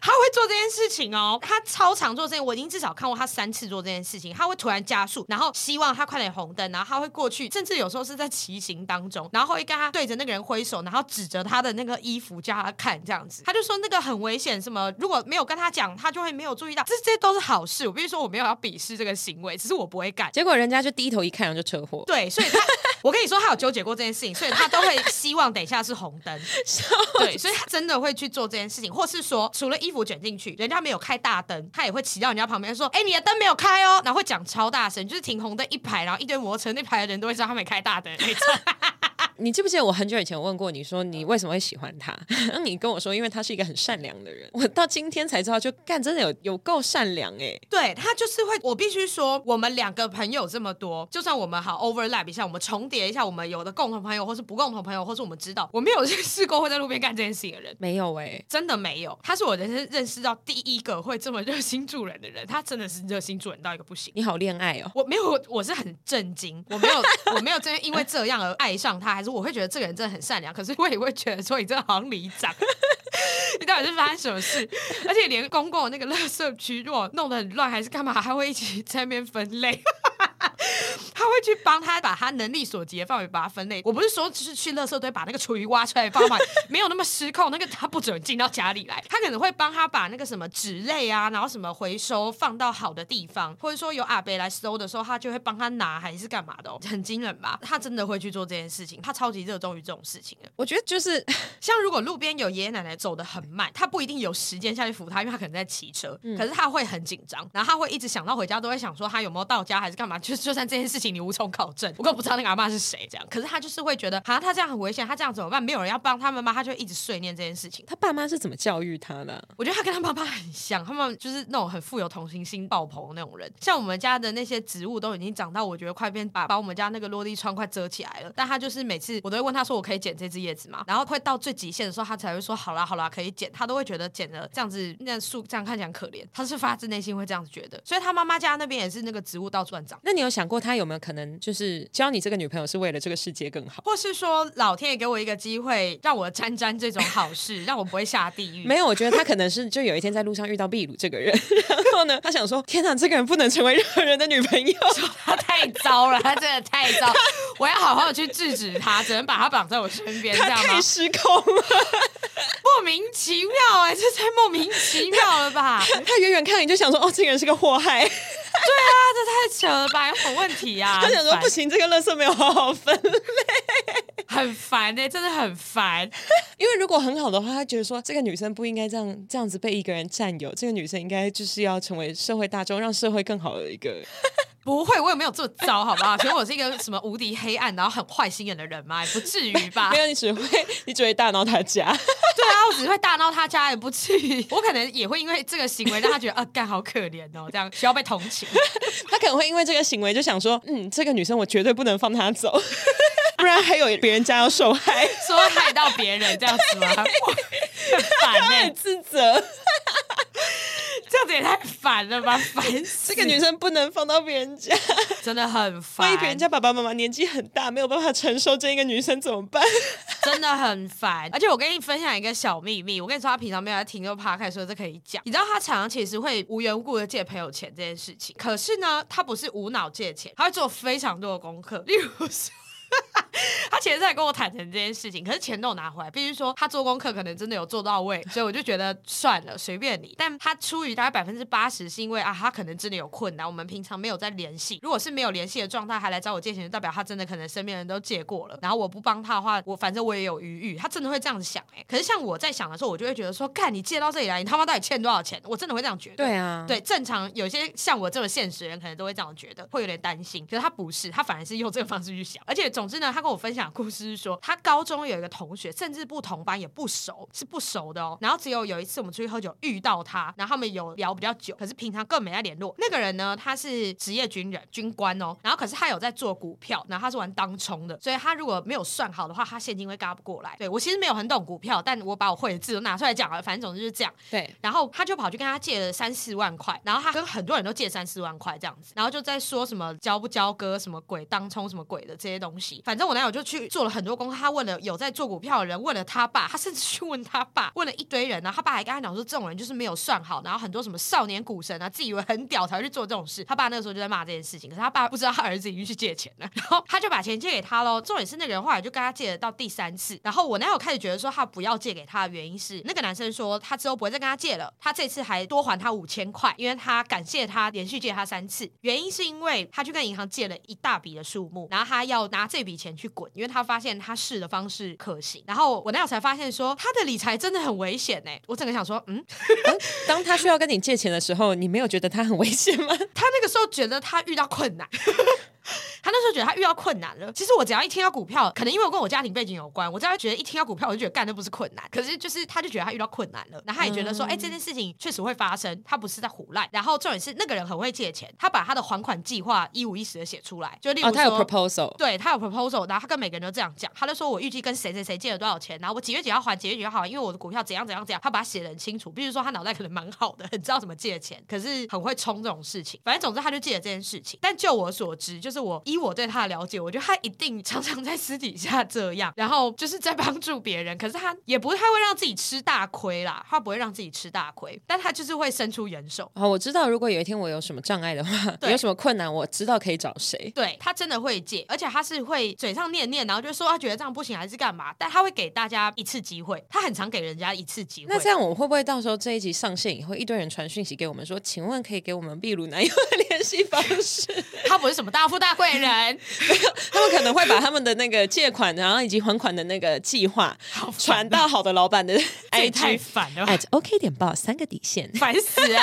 A: 他会做这件事情哦，他超常做这件，我已经至少看过他三次做这件事情。他会突然加速，然后希望他快点红灯，然后他会过去，甚至有时候是在骑行当中，然后会跟他对着那个人挥手，然后指着他的那个衣服叫他看这样子。他就说那个很危险，什么如果没有跟他讲，他就会没有注意到，这这些都是好事。我必须说我没有要鄙视这个行为，只是我不会干。
B: 结果人家就低头一看，然后就 车祸，
A: 对，所以他，我跟你说，他有纠结过这件事情，所以他都会希望等一下是红灯。 对，所以他真的会去做这件事情，或是说，除了衣服卷进去，人家没有开大灯，他也会骑到人家旁边说：“哎、你的灯没有开哦。”然后会讲超大声，就是停红灯一排，然后一堆摩托车那排的人都会知道他没开大灯。 没错，
B: 你记不记得我很久以前问过你说你为什么会喜欢他？那你跟我说因为他是一个很善良的人。我到今天才知道就，干真的有有够善良哎、
A: 对他就是会，我必须说，我们两个朋友这么多，就算我们好 overlap 一下，我们重叠一下，我们有的共同朋友，或是不共同朋友，或是我们知道，我没有认识过会在路边干这件事情的人。
B: 没有哎、
A: 真的没有，他是我人生认识到第一个会这么热心助人的人，他真的是热心助人到一个不行。
B: 你好恋爱哦。
A: 我没有，我是很震惊，我没有， 我没有真的因为这样而爱上他，还是我会觉得这个人真的很善良，可是我也会觉得说你真的好像里长， 你到底是发生什么事？而且连公共的那个垃 圾区，如果弄得很乱还是干嘛，还会一起在那边分类。他会会去帮他把他能力所及的范围把它分类。我不是说就是去垃圾堆把那个厨余挖出来放满，没有那么失控，那个他不准进到家里来。他可能会帮他把那个什么纸类啊，然后什么回收放到好的地方，或者说有阿伯来收的时候，他就会帮他拿还是干嘛的、哦，很惊人吧？他真的会去做这件事情，他超级热衷于这种事情的。
B: 我觉得就是
A: 像如果路边有爷爷奶奶走得很慢，他不一定有时间下去扶他，因为他可能在骑车，可是他会很紧张，然后他会一直想到回家，都会想说他有没有到家还是干嘛。就就算这件事情你无从考证，我根本不知道那个阿妈是谁，这样，可是他就是会觉得啊，他这样很危险，他这样怎么办？没有人要帮他们吗？他就会一直碎念这件事情。
B: 他爸妈是怎么教育他的啊、
A: 我觉得他跟他爸爸很像，他们就是那种很富有同情心、爆棚的那种人。像我们家的那些植物都已经长到，我觉得快变把把我们家那个落地窗快遮起来了。但他就是每次我都会问他说：“我可以剪这只叶子吗？”然后会到最极限的时候，他才会说：“好啦好啦，可以剪。”他都会觉得剪了这样子，那树这样看起来很可怜。他是发自内心会这样子觉得，所以他妈妈家那边也是那个植物到处乱长。
B: 那你有想过他有没有可能就是交你这个女朋友是为了这个世界更好？
A: 或是说，老天爷给我一个机会，让我沾沾这种好事，让我不会下地狱。
B: 没有，我觉得他可能是就有一天在路上遇到秘鲁这个人，然后呢，他想说，天哪，这个人不能成为任何人的女朋友。
A: 他太糟了，他真的太糟， 我要好好去制止他，只能把他绑在我身边，这
B: 他
A: 样吗
B: 太？失控了，
A: 莫名其妙哎、这太莫名其妙了吧？ 对
B: 他远远看你就想说，哦，这个人是个祸害。
A: 啊，这太扯了吧？有什么问题啊？
B: 他想说，
A: 很烦
B: 不，行，这个垃圾没有好好分。
A: 很烦哎、真的很烦。
B: 因为如果很好的话，他觉得说这个女生不应该这样这样子被一个人占有，这个女生应该就是要成为社会大众，让社会更好的一个。
A: 不会，我也没有这么糟，好不 好？请问我是一个什么无敌黑暗，然后很坏心眼的人吗？也不至于吧？
B: 没有，你只会你只会大闹他家。
A: 对啊，我只会大闹他家，也不至于。我可能也会因为这个行为让他觉得啊，干好可怜哦，这样需要被同 情。
B: 他可能会因为这个行为就想说，嗯，这个女生我绝对不能放她走， 不然还有别人家要受害，
A: 说会害到别人这样子吗？我很烦
B: 他
A: 哎、
B: 很自责。
A: 这样子也太烦了 吧，烦死！
B: 这个女生不能放到别人家，
A: 真的很
B: 万
A: 烦
B: 一，别人家爸爸妈妈年纪很大，没有办法承受这一个女生怎么 办？
A: 真的很烦。而且我跟你分享一个小秘密，我跟你说，他平常没有在听就趴开，所以这可以讲。你知道他常常其实会无缘无故的借朋友钱这件事情，可是呢，他不是无脑借钱，他会做非常多的功课，例如说。他前在跟我坦诚这件事情，可是钱都有拿回来。必须说他做功课可能真的有做到位，所以我就觉得算了，随便你。但他出于大概百分之八十是因为啊，他可能真的有困难，我们平常没有在联系。如果是没有联系的状态还来找我借钱，就代表他真的可能身边人都借过了。然后我不帮他的话，我反正我也有余裕。他真的会这样子想哎、欸可是像我在想的时候，我就会觉得说，干你借到这里来，你他妈到底欠多少钱？我真的会这样觉得。
B: 啊
A: 对，正常有些像我这种现实人，可能都会这样觉得，会有点担心。可是他不是，他反而是用这个方式去想。而且总之呢，他跟我分享的故事是说，他高中有一个同学，甚至不同班也不熟，是不熟的哦。然后只有有一次我们出去喝酒遇到他，然后他们有聊比较久，可是平常更没在联络。那个人呢，他是职业军人军官哦，然后可是他有在做股票，然后他是玩当冲的，所以他如果没有算好的话，他现金会嘎不过来。对我其实没有很懂股票，但我把我会的字都拿出来讲了，反正总之就是这样。
B: 对，
A: 然后他就跑去跟他借了三四万块，然后他跟很多人都借三四万块这样子，然后就在说什么交不交割什么鬼当冲什么鬼的这些东西。反正我男友就去做了很多功课，他问了有在做股票的人，问了他爸，他甚至去问他爸，问了一堆人，然后他爸还跟他讲说这种人就是没有算好，然后很多什么少年股神啊，自以为很屌才会去做这种事。他爸那个时候就在骂这件事情，可是他爸不知道他儿子已经去借钱了，然后 他就把钱借给他喽。重点是那个人后来就跟他借了到第三次，然后我男友开始觉得说他不要借给他的原因是那个男生说他之后不会再跟他借了，他这次还多还他五千块，因为他感谢他连续借他三次，原因是因为他去跟银行借了一大笔的数目，然后他要拿这笔钱去滚，因为他发现他试的方式可行，然后我男友才发现说他的理财真的很危险呢、我整个想说嗯，
B: 当他需要跟你借钱的时候，你没有觉得他很危险吗？
A: 他那个时候觉得他遇到困难。 他那时候觉得他遇到困难了。其实我只要一听到股票，可能因为我跟我家庭背景有关，我只要觉得一听到股票，我就觉得干那不是困难。可是就是他就觉得他遇到困难了，然后他也觉得说，哎、这件事情确实会发生，他不是在胡乱。然后重点是那个人很会借钱，他把他的还款计划一五一十的写出来，就例如
B: 哦，
A: 说、
B: 他有 proposal，
A: 对他有 proposal，然后他跟每个人都这样讲，他就说我预计跟谁谁谁借了多少钱，然后我几月几号还，几月几号还，因为我的股票怎样怎样怎样，他把它写的很清楚。比如说他脑袋可能蛮好的，很知道怎么借钱，可是很会冲这种事情。反正总之他就记得这件事情。但就我所知，就是我一我对他的了解，我觉得他一定常常在私底下这样，然后就是在帮助别人。可是他也不太会让自己吃大亏啦，他不会让自己吃大亏，但他就是会伸出援手。
B: 哦，我知道，如果有一天我有什么障碍的话，
A: 对
B: 有什么困难，我知道可以找谁。
A: 对他真的会借，而且他是会嘴上念念，然后就说他啊觉得这样不行还是干嘛，但他会给大家一次机会，他很常给人家一次机会。
B: 那这样我会不会到时候这一集上线以后，一堆人传讯息给我们说，请问可以给我们秘鲁男友的联系方式？
A: 他不是什么大富大贵
B: 哎
A: 人，
B: 他们可能会把他们的那个借款，然后以及还款的那个计划
A: 好烦
B: 传到好的老板的
A: 这也太
B: IG
A: 烦了吧，
B: at OK 点报三个底线，
A: 烦死了。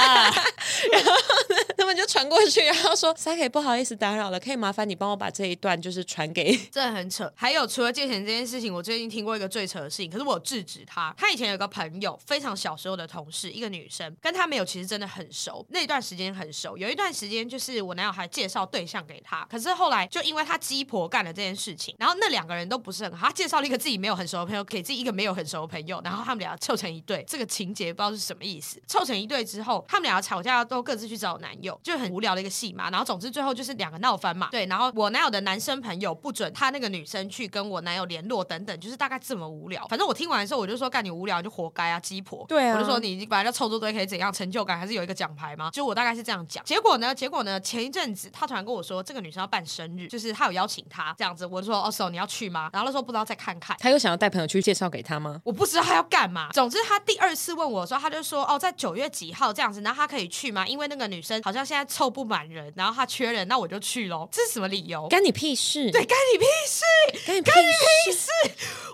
B: 他们就传过去，然后说 Saki 不好意思打扰了，可以麻烦你帮我把这一段就是传给
A: 真的很扯。还有除了借钱这件事情，我最近听过一个最扯的事情，可是我有制止他。他以前有个朋友，非常小时候的同事，一个女生，跟他没有其实真的很熟，那段时间很熟。有一段时间就是我男友还介绍对象给他，可是后来就因为他鸡婆干了这件事情，然后那两个人都不是很好，他介绍了一个自己没有很熟的朋友给自己一个没有很熟的朋友，然后他们俩凑成一对，这个情节不知道是什么意思。凑成一对之后，他们俩吵架都各自去找我男友，就很无聊的一个戏嘛。然后总之最后就是两个闹翻嘛，对。然后我男友的男生朋友不准他那个女生去跟我男友联络等等，就是大概这么无聊。反正我听完的时候我就说，干你无聊你就活该啊，鸡婆。
B: 对啊
A: 我就说你本来就臭作堆可以怎样，成就感还是有一个奖牌吗？就我大概是这样讲。结果呢，结果呢，前一阵子他突然跟我说，这个女生要办生日，就是他有邀请她这样子。我就说哦，手你要去吗？然后他说不知道，再看看。
B: 他又想要带朋友去介绍给他吗？
A: 我不知道他要干嘛。总之，他第二次问我的时候，他就说：“哦，在九月几号这样子，那他可以去吗？因为那个女生好像现在凑不满人，然后她缺人，那我就去咯。这是什么理 由？
B: 干你屁事！
A: 对，，干你屁事！
B: 干你屁事！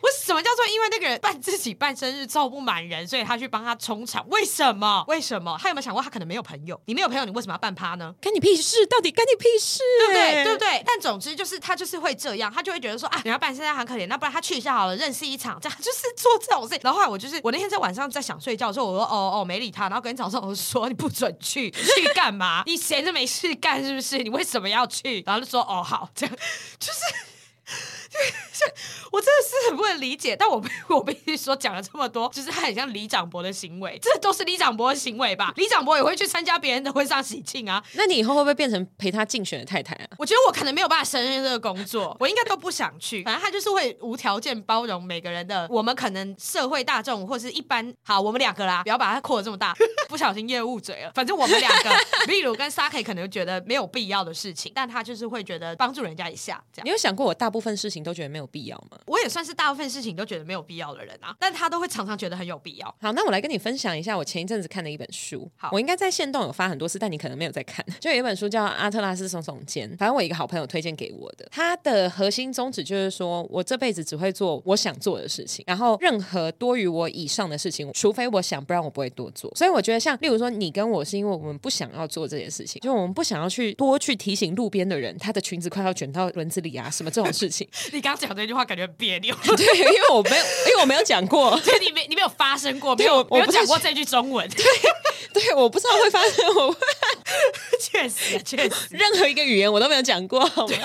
A: 我什么叫做因为那个人办自己办生日凑不满人，所以他去帮他充场？为什么？为什么？他有没有想过他可能没有朋友？你没有朋友，你为什么要办趴呢？
B: 干你屁事！到底干你屁事、
A: 对不对？
B: 欸
A: 对不对？但总之就是他就是会这样，他就会觉得说啊，人家办现在很可怜，那不然他去一下好了，认识一场，这样就是做这种事。然后后来我就是我那天在晚上在想睡觉的时候，我说哦哦没理他，然后隔天早上我就说你不准去，去干嘛？你闲着没事干是不是？你为什么要去？然后就说哦好，这样就是。就是我 真的是很不能理解，但我必 我必须说讲了这么多，就是他很像李长博的行为，这都是李长博的行为吧？李长博也会去参加别人的婚丧喜庆啊，
B: 那你以后会不会变成陪他竞选的太太啊？
A: 我觉得我可能没有办法胜任这个工作，我应该都不想去。反正他就是会无条件包容每个人的，我们可能社会大众或是一般好，我们两个啦，不要把它扩得这么大，不小心业务嘴了。反正我们两个，例如跟 Saki 可能觉得没有必要的事情，但他就是会觉得帮助人家一下这样
B: 你。有想过我大部分事情都觉得没有必要吗？
A: 我也算是大部分事情都觉得没有必要的人啊，但他都会常常觉得很有必要。
B: 好，那我来跟你分享一下我前一阵子看的一本书。
A: 好
B: 我应该在线动有发很多次，但你可能没有在看。 就有一本书叫《阿特拉斯耸耸肩》，反正我一个好朋友推荐给我的。它的核心宗旨就是说，我这辈子只会做我想做的事情，然后任何多于我以上的事情，除非我想，不然我不会多做。所以我觉得像，例如说你跟我是因为我们不想要做这件事情，就我们不想要去多去提醒路边的人，他的裙子快要卷到轮子里啊，什么这种事情。
A: 你刚刚讲这句话感觉很别扭，
B: 对，因为我没有，因为我没有讲过。
A: 对你没你没有发生过，没
B: 对
A: 有
B: 我
A: 没有
B: 我不是
A: 讲过这句中文，
B: 对，我不知道会发生，我
A: 确实确实。
B: 任何一个语言我都没有讲过，好吗？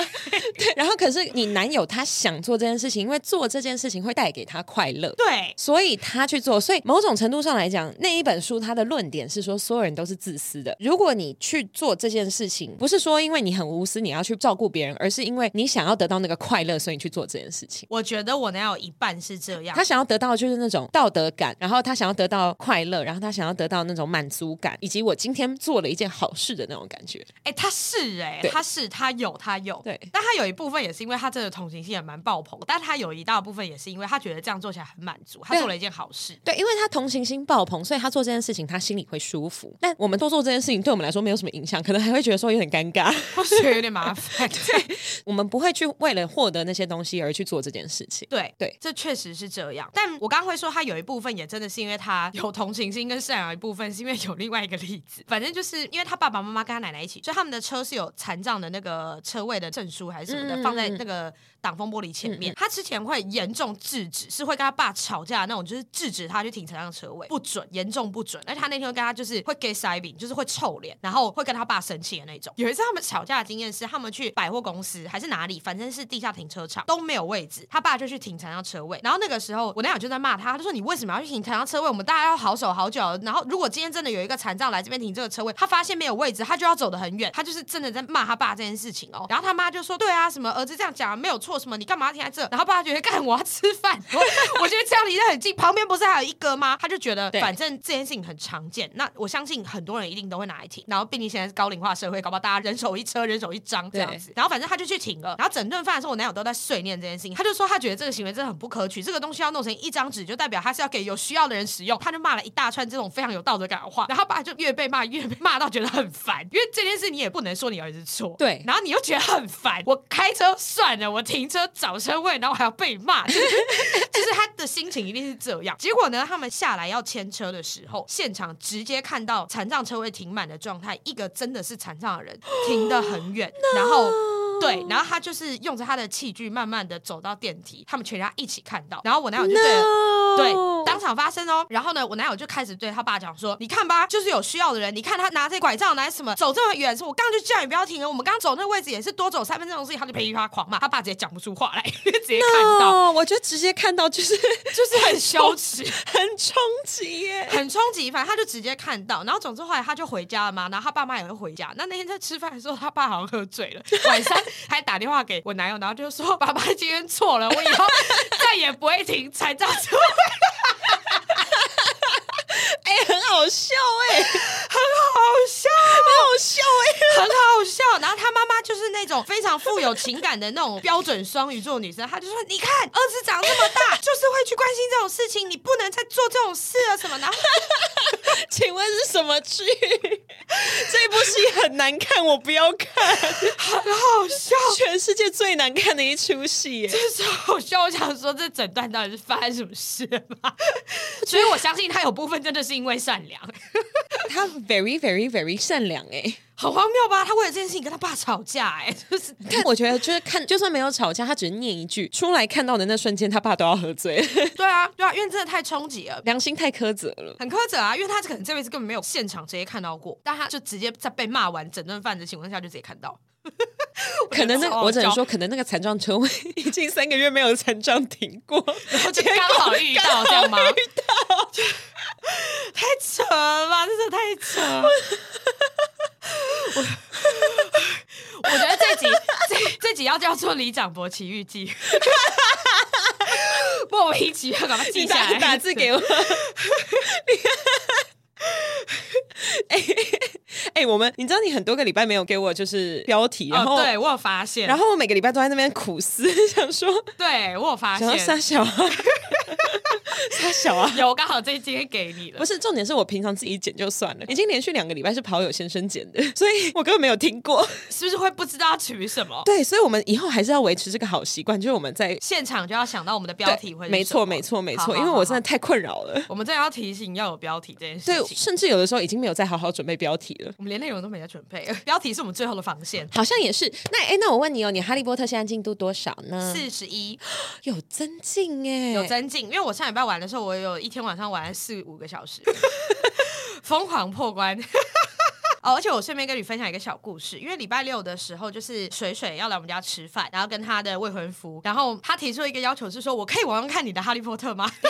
B: 对，然后可是你男友他想做这件事情，因为做这件事情会带给他快乐。
A: 对，
B: 所以他去做，所以某种程度上来讲，那一本书他的论点是说，所有人都是自私的。如果你去做这件事情，不是说因为你很无私，你要去照顾别人，而是因为你想要得到那个快乐，所以你去做这件事情。
A: 我觉得我能有一半是这样
B: 他。想要得到就是那种道德感，然后他想要得到快乐，然后他想要得到那种满足感，以及我今天做了一件好事的那种感觉。
A: 哎、他是哎、
B: 对
A: 他是他有他有，
B: 对
A: 但他有一部分也是因为他真的同情心也蛮爆棚，但他有一大部分也是因为他觉得这样做起来很满足，他
B: 对啊
A: 做了一件好事。
B: 对，因为他同情心爆棚，所以他做这件事情，他心里会舒服。但我们多做这件事情，对我们来说没有什么影响，可能还会觉得说有点尴尬。
A: 我觉得有点麻烦，对
B: 我们不会去为了获得那些东西而去做这件事情。
A: 对
B: 对
A: 这确实是这样。但我刚刚会说他有一部分也真的是因为他有同情心跟善良一部分，是因为有另外一个例子。反正就是因为他爸爸妈妈跟他奶奶一起，所以他们的车是有残障的那个车位的证书还是什么的，
B: 嗯
A: 放在那个挡风玻璃前面。他之前会严重制止，是会跟他爸吵架的那种，就是制止他去停残障车位，不准，严重不准。而且他那天会跟他就是会给塞饼，就是会臭脸，然后会跟他爸生气的那种。有一次他们吵架的经验是，他们去百货公司还是哪里，反正是地下停车场都没有位置，他爸就去停残障车位。然后那个时候我男友就在骂他，他就说你为什么要去停残障车位？我们大家要好手好脚。然后如果今天真的有一个残障来这边停这个车位，他发现没有位置，他就要走得很远，他就是真的在骂他爸这件事情哦。然后他妈就说：“对啊，什么儿子这样讲没有错，什么你干嘛要停在这？”然后爸觉得干我要吃饭，我我觉得这样离得很近，旁边不是还有一个吗？他就觉得
B: 对
A: 反正这件事情很常见，那我相信很多人一定都会拿来停。然后毕竟现在是高龄化社会，搞不好大家人手一车，人手一张这样子。然后反正他就去停了。然后整顿饭的时候，我男友都在碎念这件事情，他就说他觉得这个行为真的很不可取，这个东西要弄成一张纸，就代表他是要给有需要的人使用。他就骂了一大串这种非常有道德感的话，然后他爸就越被骂越被骂到觉得很烦，因为这件事你也不能说你儿子错，
B: 对
A: 然后你又觉得很烦，我开车算了，我停车找车位，然后还要被骂，就是就是他的心情一定是这样。结果呢，他们下来要牵车的时候，现场直接看到残障车位停满的状态，一个真的是残障的人停得很远，然后。对，然后他就是用着他的器具，慢慢的走到电梯，他们全家一起看到，然后我男友就对着
B: No
A: 对，当场发生哦。然后呢，我男友就开始对他爸讲说：“你看吧，就是有需要的人，你看他拿着拐杖拿什么走这么远，我刚刚就叫你不要停了，我们刚刚走那个位置也是多走三分钟的事情，他就噼里啪啦狂骂，他爸直接讲不出话来， 直接看到，
B: 哦，我就直接看到就是
A: 就是很羞耻。”
B: 很冲击耶。
A: 很冲击，反正他就直接看到，然后总之后来他就回家了嘛，然后他爸妈也会回家。那那天在吃饭的时候，他爸好像喝醉了，晚上还打电话给我男友，然后就说：“爸爸今天错了，我以后再也不会停残障车。”
B: 哎、很好笑哎、 很
A: 好 笑，
B: 好笑哎、
A: 很好笑。然后他妈妈就是那种非常富有情感的那种标准双鱼座女生，她就说：“你看，儿子长这么大，就是会去关心这种事情，你不能再做这种事了什么。” 然后
B: 请问是什么剧？ 这部戏很难看，我不要看，
A: 很好笑。
B: 全世界最难看的一出戏耶、
A: 就是好笑，我想说这整段到底是发生什么事吗？所以我相信他有部分真的是因为善良，
B: 他 very very very 善良哎、
A: 很荒谬吧？他为了这件事情跟他爸吵架、哎，就是
B: 但我觉得就是看，就算没有吵架，他只是念一句出来看到的那瞬间，他爸都要喝醉，
A: 对啊，对啊，因为真的太冲击了。
B: 良心太苛责了。
A: 很苛责啊，因为他可能这辈子根本没有现场直接看到过，但他就直接在被骂完整顿饭的情况下就直接看到。
B: 可能那
A: 超好
B: 我只能
A: 笑
B: 说，可能那个残障车位已经三个月没有残障停过，然后
A: 就刚好遇到这样吗
B: 遇到，
A: 太扯了吧，真的太扯了。我我觉得这集这这集要叫做《李长博奇遇 记》，莫名其妙把它记
B: 你
A: 下
B: 打
A: 来，哦
B: 打字给我。你 哎哎，我们你知道你很多个礼拜没有给我就是标题，然后、
A: 哦，对我有发现，
B: 然
A: 然后
B: 后我每个礼拜都在那边苦思， 想说
A: 对我有发
B: 想要杀
A: 现，
B: 小啊， 杀小啊。
A: 有刚好这一集给你了
B: 不。是，重点是我平常自己剪就算了，已经连续两个礼拜是跑友先生剪的，所以我根本没有听过。
A: 是不是会不知道取什么？
B: 对，所以我们以后还是要维持这个好习惯，就是我们在
A: 现场就要想到我们的标题会是
B: 没
A: 什
B: 错，
A: 么
B: 没错，没
A: 好
B: 错，
A: 好
B: 因为我真的
A: 好
B: 太困扰了。
A: 好我们真的要提醒要有标题这件事
B: 对，
A: 情。
B: 甚至有的时候已经没有再好好准备标题了。
A: 我们连内容都没在准备，标题是我们最后的防线。
B: 好像也是，那哎，那我问你哦，你《哈利波特》现在进度多少呢？
A: 四十一
B: 有增进哎，
A: 有增进，因为我上礼拜玩的时候，我有一天晚上玩了四五个小时， 疯狂破关。 哦，而且我顺便跟你分享一个小故事，因为礼拜六的时候，就是水水要来我们家吃饭，然后跟她的未婚夫，然后她提出一个要求是说，我可以玩玩看你的《哈利波特》吗？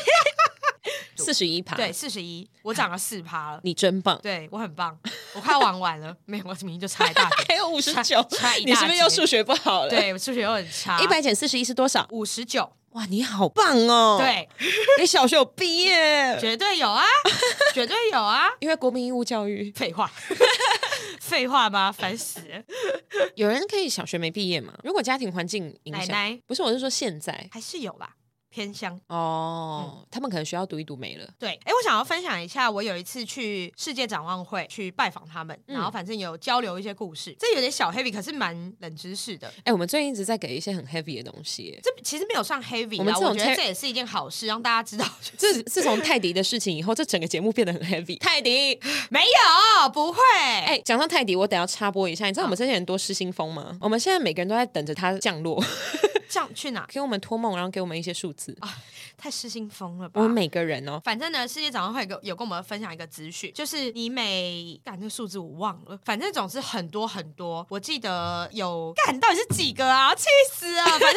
B: 四十一趴，
A: 对，，四十一，我长了四趴了，
B: 你真棒。
A: 对我很棒，我快要玩完了，没有，我明明就差一大点，
B: 还有五十九
A: 差一，大
B: 你是不是又
A: 截
B: 数学不好了？，
A: 对，我啊数学又很差，
B: 一百减四十一是多少？
A: 五十九，
B: 哇，你好棒哦！，
A: 对，
B: 你小学有毕 业，
A: 绝对有啊，绝对有 啊，
B: 因为国民义务 教育，
A: 废话，废话吗？烦死了！
B: 有人可以小学没毕业吗？如果家庭环境影响，
A: 奶奶
B: 不是，我是说现在
A: 还是有啦，偏乡。
B: 哦，他们可能学校读一读没了。
A: 对，哎，我想要分享一下，我有一次去世界展望会去拜访他
B: 嗯
A: 们，然后反正有交流一些故事，这有点小 heavy，可是蛮冷知识的。
B: 哎，我们最近一直在给一些很 heavy 的东西耶。
A: 这其实没有上 heavy
B: 我们
A: 啦，
B: 这
A: 我
B: 种
A: 觉得
B: ter-
A: 这也是一件好事，让大家知道、 就是、
B: 自自从泰迪的事情以后，这整个节目变得很 heavy。泰迪，
A: 没有不会。
B: 哎、讲到泰迪，我等一下插播一下，你知道我们这些人多失心疯吗？我们现在每个人都在等着他降落，
A: 像去哪？
B: 给我们托梦，然后给我们一些数字。
A: 啊太失心疯了吧！
B: 我们每个人哦，
A: 反正呢，世界展望会有个有跟我们分享一个资讯，就是你每干那数字我忘了，反正总是很多很多。我记得有干到底是几个啊？气死啊！反正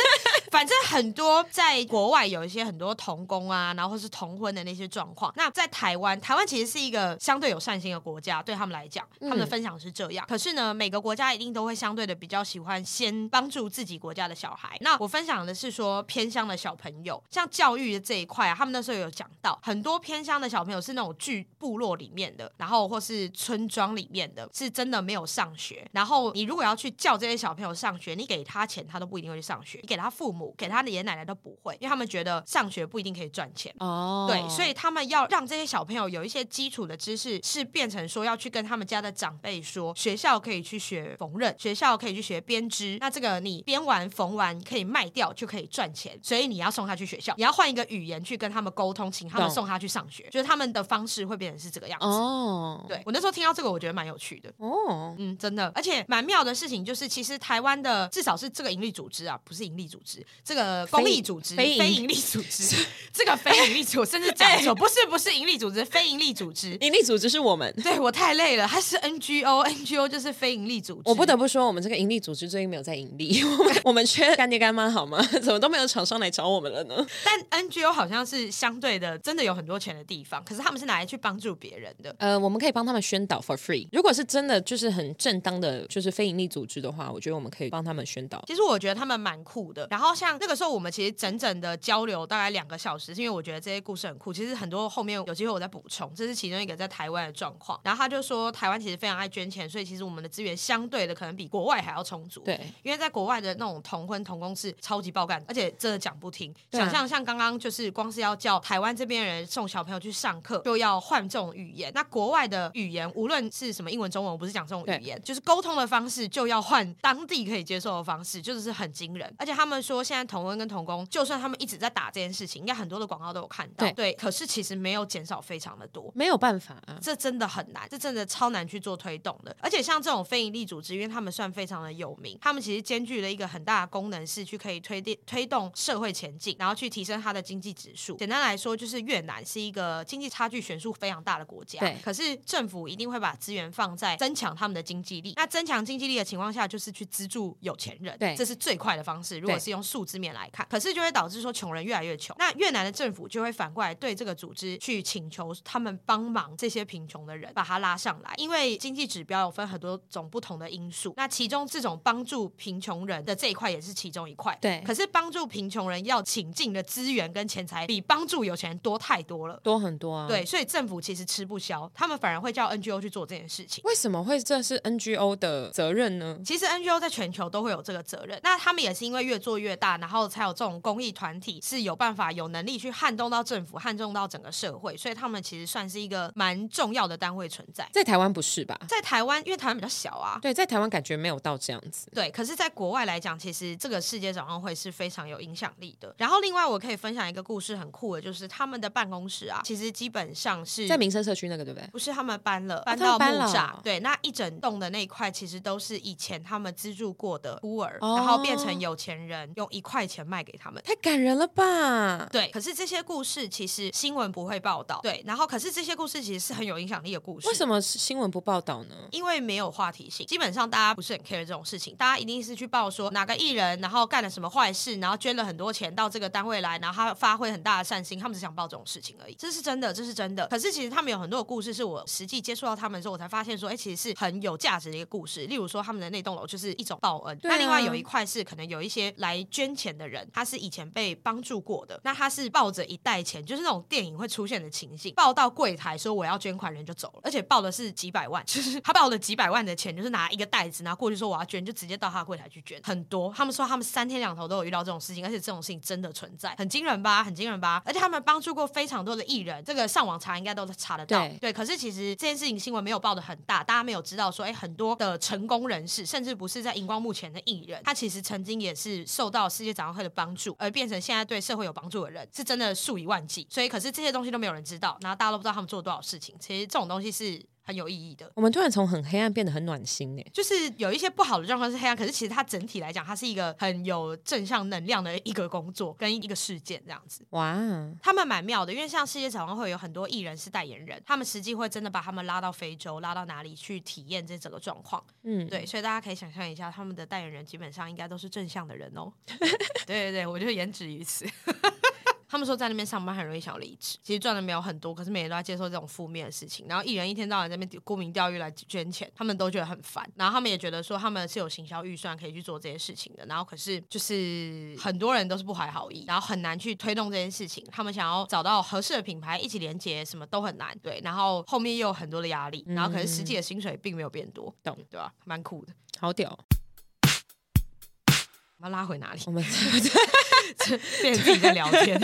A: 反正很多在国外有一些很多童工啊，然后或是同婚的那些状况。那在台湾，台湾其实是一个相对有善心的国家，对他们来讲，他们的分享是这样。可是呢，每个国家一定都会相对的比较喜欢先帮助自己国家的小孩。那我分享的是说偏乡的小朋友，像教育的这一块啊，他们那时候有讲到，很多偏乡的小朋友是那种聚部落里面的，然后或是村庄里面的，是真的没有上学。然后你如果要去叫这些小朋友上学，你给他钱，他都不一定会去上学；你给他父母，给他的爷爷奶奶都不会，因为他们觉得上学不一定可以赚钱。
B: 哦
A: 对，所以他们要让这些小朋友有一些基础的知识，是变成说要去跟他们家的长辈说，学校可以去学缝纫，学校可以去学编织。那这个你编完缝完可以卖掉就可以赚钱，所以你要送他去学校，你要换一个语言去跟他们沟通，请他们
B: 懂
A: 送他去上学，就是他们的方式会变成是这个样子。
B: 哦，
A: 对我那时候听到这个，我觉得蛮有趣的。
B: 哦，
A: 嗯，真的，而且蛮妙的事情就是，其实台湾的至少是这个盈利组织啊，不是盈利组织，这个公益组织、
B: 非
A: 非盈利 组织，这个非盈利组织，甚至讲
B: 哎
A: 错，不是不是盈利组织，非盈利组织。
B: 盈利组织是我们。
A: 对我太累了，它是 NGO，NGO 就是非盈利组织。
B: 我不得不说，我们这个盈利组织最近没有在盈利， 我们我们缺干爹干妈好吗？ 怎么都没有厂商来找我们了呢？
A: 但 NGO 好像是相对的，真的有很多钱的地方，可是他们是拿来去帮助别人的。
B: 呃，我们可以帮他们宣导 for free。如果是真的就是很正当的，就是非盈利组织的话，我觉得我们可以帮他们宣导。
A: 其实我觉得他们蛮酷的。然后像那个时候，我们其实整整的交流大概两个小时，是因为我觉得这些故事很酷。其实很多后面有机会我再补充，这是其中一个在台湾的状况。然后他就说，台湾其实非常爱捐钱，所以其实我们的资源相对的可能比国外还要充足。
B: 对，
A: 因为在国外的那种同婚同工是超级爆干，而且真的讲不听。
B: 对啊
A: 想象像刚刚就是光是要叫台湾这边人送小朋友去上课，就要换这种语言。那国外的语言，无论是什么英文、中文，我不是讲这种语言，就是沟通的方式就要换当地可以接受的方式，就是很惊人。而且他们说，现在同婚跟同工，就算他们一直在打这件事情，应该很多的广告都有看到，
B: 对
A: 对，可是其实没有减少非常的多。
B: 没有办法啊，
A: 这真的很难，这真的超难去做推动的。而且像这种非营利组织，因为他们算非常的有名，他们其实兼具了一个很大的功能，是去可以推定推动社会前进，然后去提升它的经济指数。简单来说，就是越南是一个经济差距悬殊非常大的国家，
B: 对
A: 可是政府一定会把资源放在增强他们的经济力。那增强经济力的情况下，就是去资助有钱人，
B: 对
A: 这是最快的方式。如果
B: 对
A: 是用数字面来看，可是就会导致说穷人越来越穷。那越南的政府就会反过来对这个组织去请求他们帮忙这些贫穷的人，把他拉上来。因为经济指标有分很多种不同的因素，那其中这种帮助贫穷人的这一块也是其中一块。
B: 对
A: 可是帮助贫穷人要请进的资源跟钱财，比帮助有钱人多太多了。
B: 多很多啊。
A: 对，，所以政府其实吃不消，他们反而会叫 NGO 去做这件事情。
B: 为什么会这是 NGO 的责任呢？
A: 其实 NGO 在全球都会有这个责任，那他们也是因为越做越大，然后才有这种公益团体是有办法、有能力去撼动到政府、撼动到整个社会，所以他们其实算是一个蛮重要的单位存在。
B: 在台湾不是吧？
A: 在台湾，因为台湾比较小啊，
B: 对，在台湾感觉没有到这样子。
A: 对，可是，在国外来讲，其实这个世界展望会是非常有影响力的。然后，另外我可以分享一个故事，很酷的，就是他们的办公室啊，其实基本上是
B: 在民生社区那个对不对？
A: 不是他们搬了，
B: 他
A: 搬
B: 们
A: 到木
B: 搬了
A: 栅。
B: 哦
A: 对，那一整栋的那一块其实都是以前他们资助过的孤儿，
B: 哦
A: 然后变成有钱人用一块钱卖给他们。
B: 太感人了吧！
A: 对，可是这些故事其实新闻不会报道。对，然后可是这些故事其实是很有影响力的故事。
B: 为什
A: 么？
B: 么新闻不报道呢？
A: 因为没有话题性，基本上大家不是很 care 这种事情，大家一定是去报说哪个艺人，然后干了什么坏事，然后捐了很多钱到这个单位来，然后他发挥很大的善心，他们只想报这种事情而已，这是真的，这是真的。可是其实他们有很多的故事，是我实际接触到他们的时候，我才发现说，哎、其实是很有价值的一个故事。例如说，他们的那栋楼就是一种报恩，
B: 对
A: 那
B: 啊
A: 另外有一块是可能有一些来捐钱的人，他是以前被帮助过的，那他是抱着一袋钱，就是那种电影会出现的情形，抱到柜台说我要捐款，人就走了，而且抱的是几百万， 就是他抱了几百万的钱，就是拿一个袋子，然后过去说我要捐，就直接到他的柜台去捐，很多。他们说他们三天两头都有遇到这种事情，而且这种事情真的存在，很惊人吧，很惊人吧。而且他们帮助过非常多的艺人，这个上网查应该都查得到。
B: 对
A: 对，可是其实这件事情新闻没有报的很大，大家没有知道说，哎，很多的成功人士，甚至不是在荧光幕前的艺人，他其实曾经也是受到世界展望会的帮助，而变成现在对社会有帮助的人，是真的数以万计。所以，可是这些东西都没有人知道，然后大家都不知道他们做了多少事情。其实这种东西是。很有意义的。
B: 我们突然从很黑暗变得很暖心哎、
A: 就是有一些不好的状况是黑暗，可是其实它整体来讲，它是一个很有正向能量的一个工作跟一个事件这样子。
B: 哇，
A: 他们蛮妙的，因为像世界展望会有很多艺人是代言人，他们实际会真的把他们拉到非洲，拉到哪里去体验这整个状况。
B: 嗯，
A: 对，所以大家可以想象一下，他们的代言人基本上应该都是正向的人哦。 对对对，我就言止于此。他们说在那边上班很容易想要离职，其实赚的没有很多，可是每天都在接受这种负面的事情。然后艺人一天到晚在那边沽名钓誉来捐钱，他们都觉得很烦。然后他们也觉得说他们是有行销预算可以去做这些事情的，然后可是就是很多人都是不怀好意，然后很难去推动这件事情。他们想要找到合适的品牌一起连接，什么都很难。对，然后后面又有很多的压力，然后可是实际的薪水并没有变多，
B: 懂
A: 对吧、蛮酷的。
B: 好屌！
A: 我们拉回哪里？
B: 我们
A: 变成自己在聊天，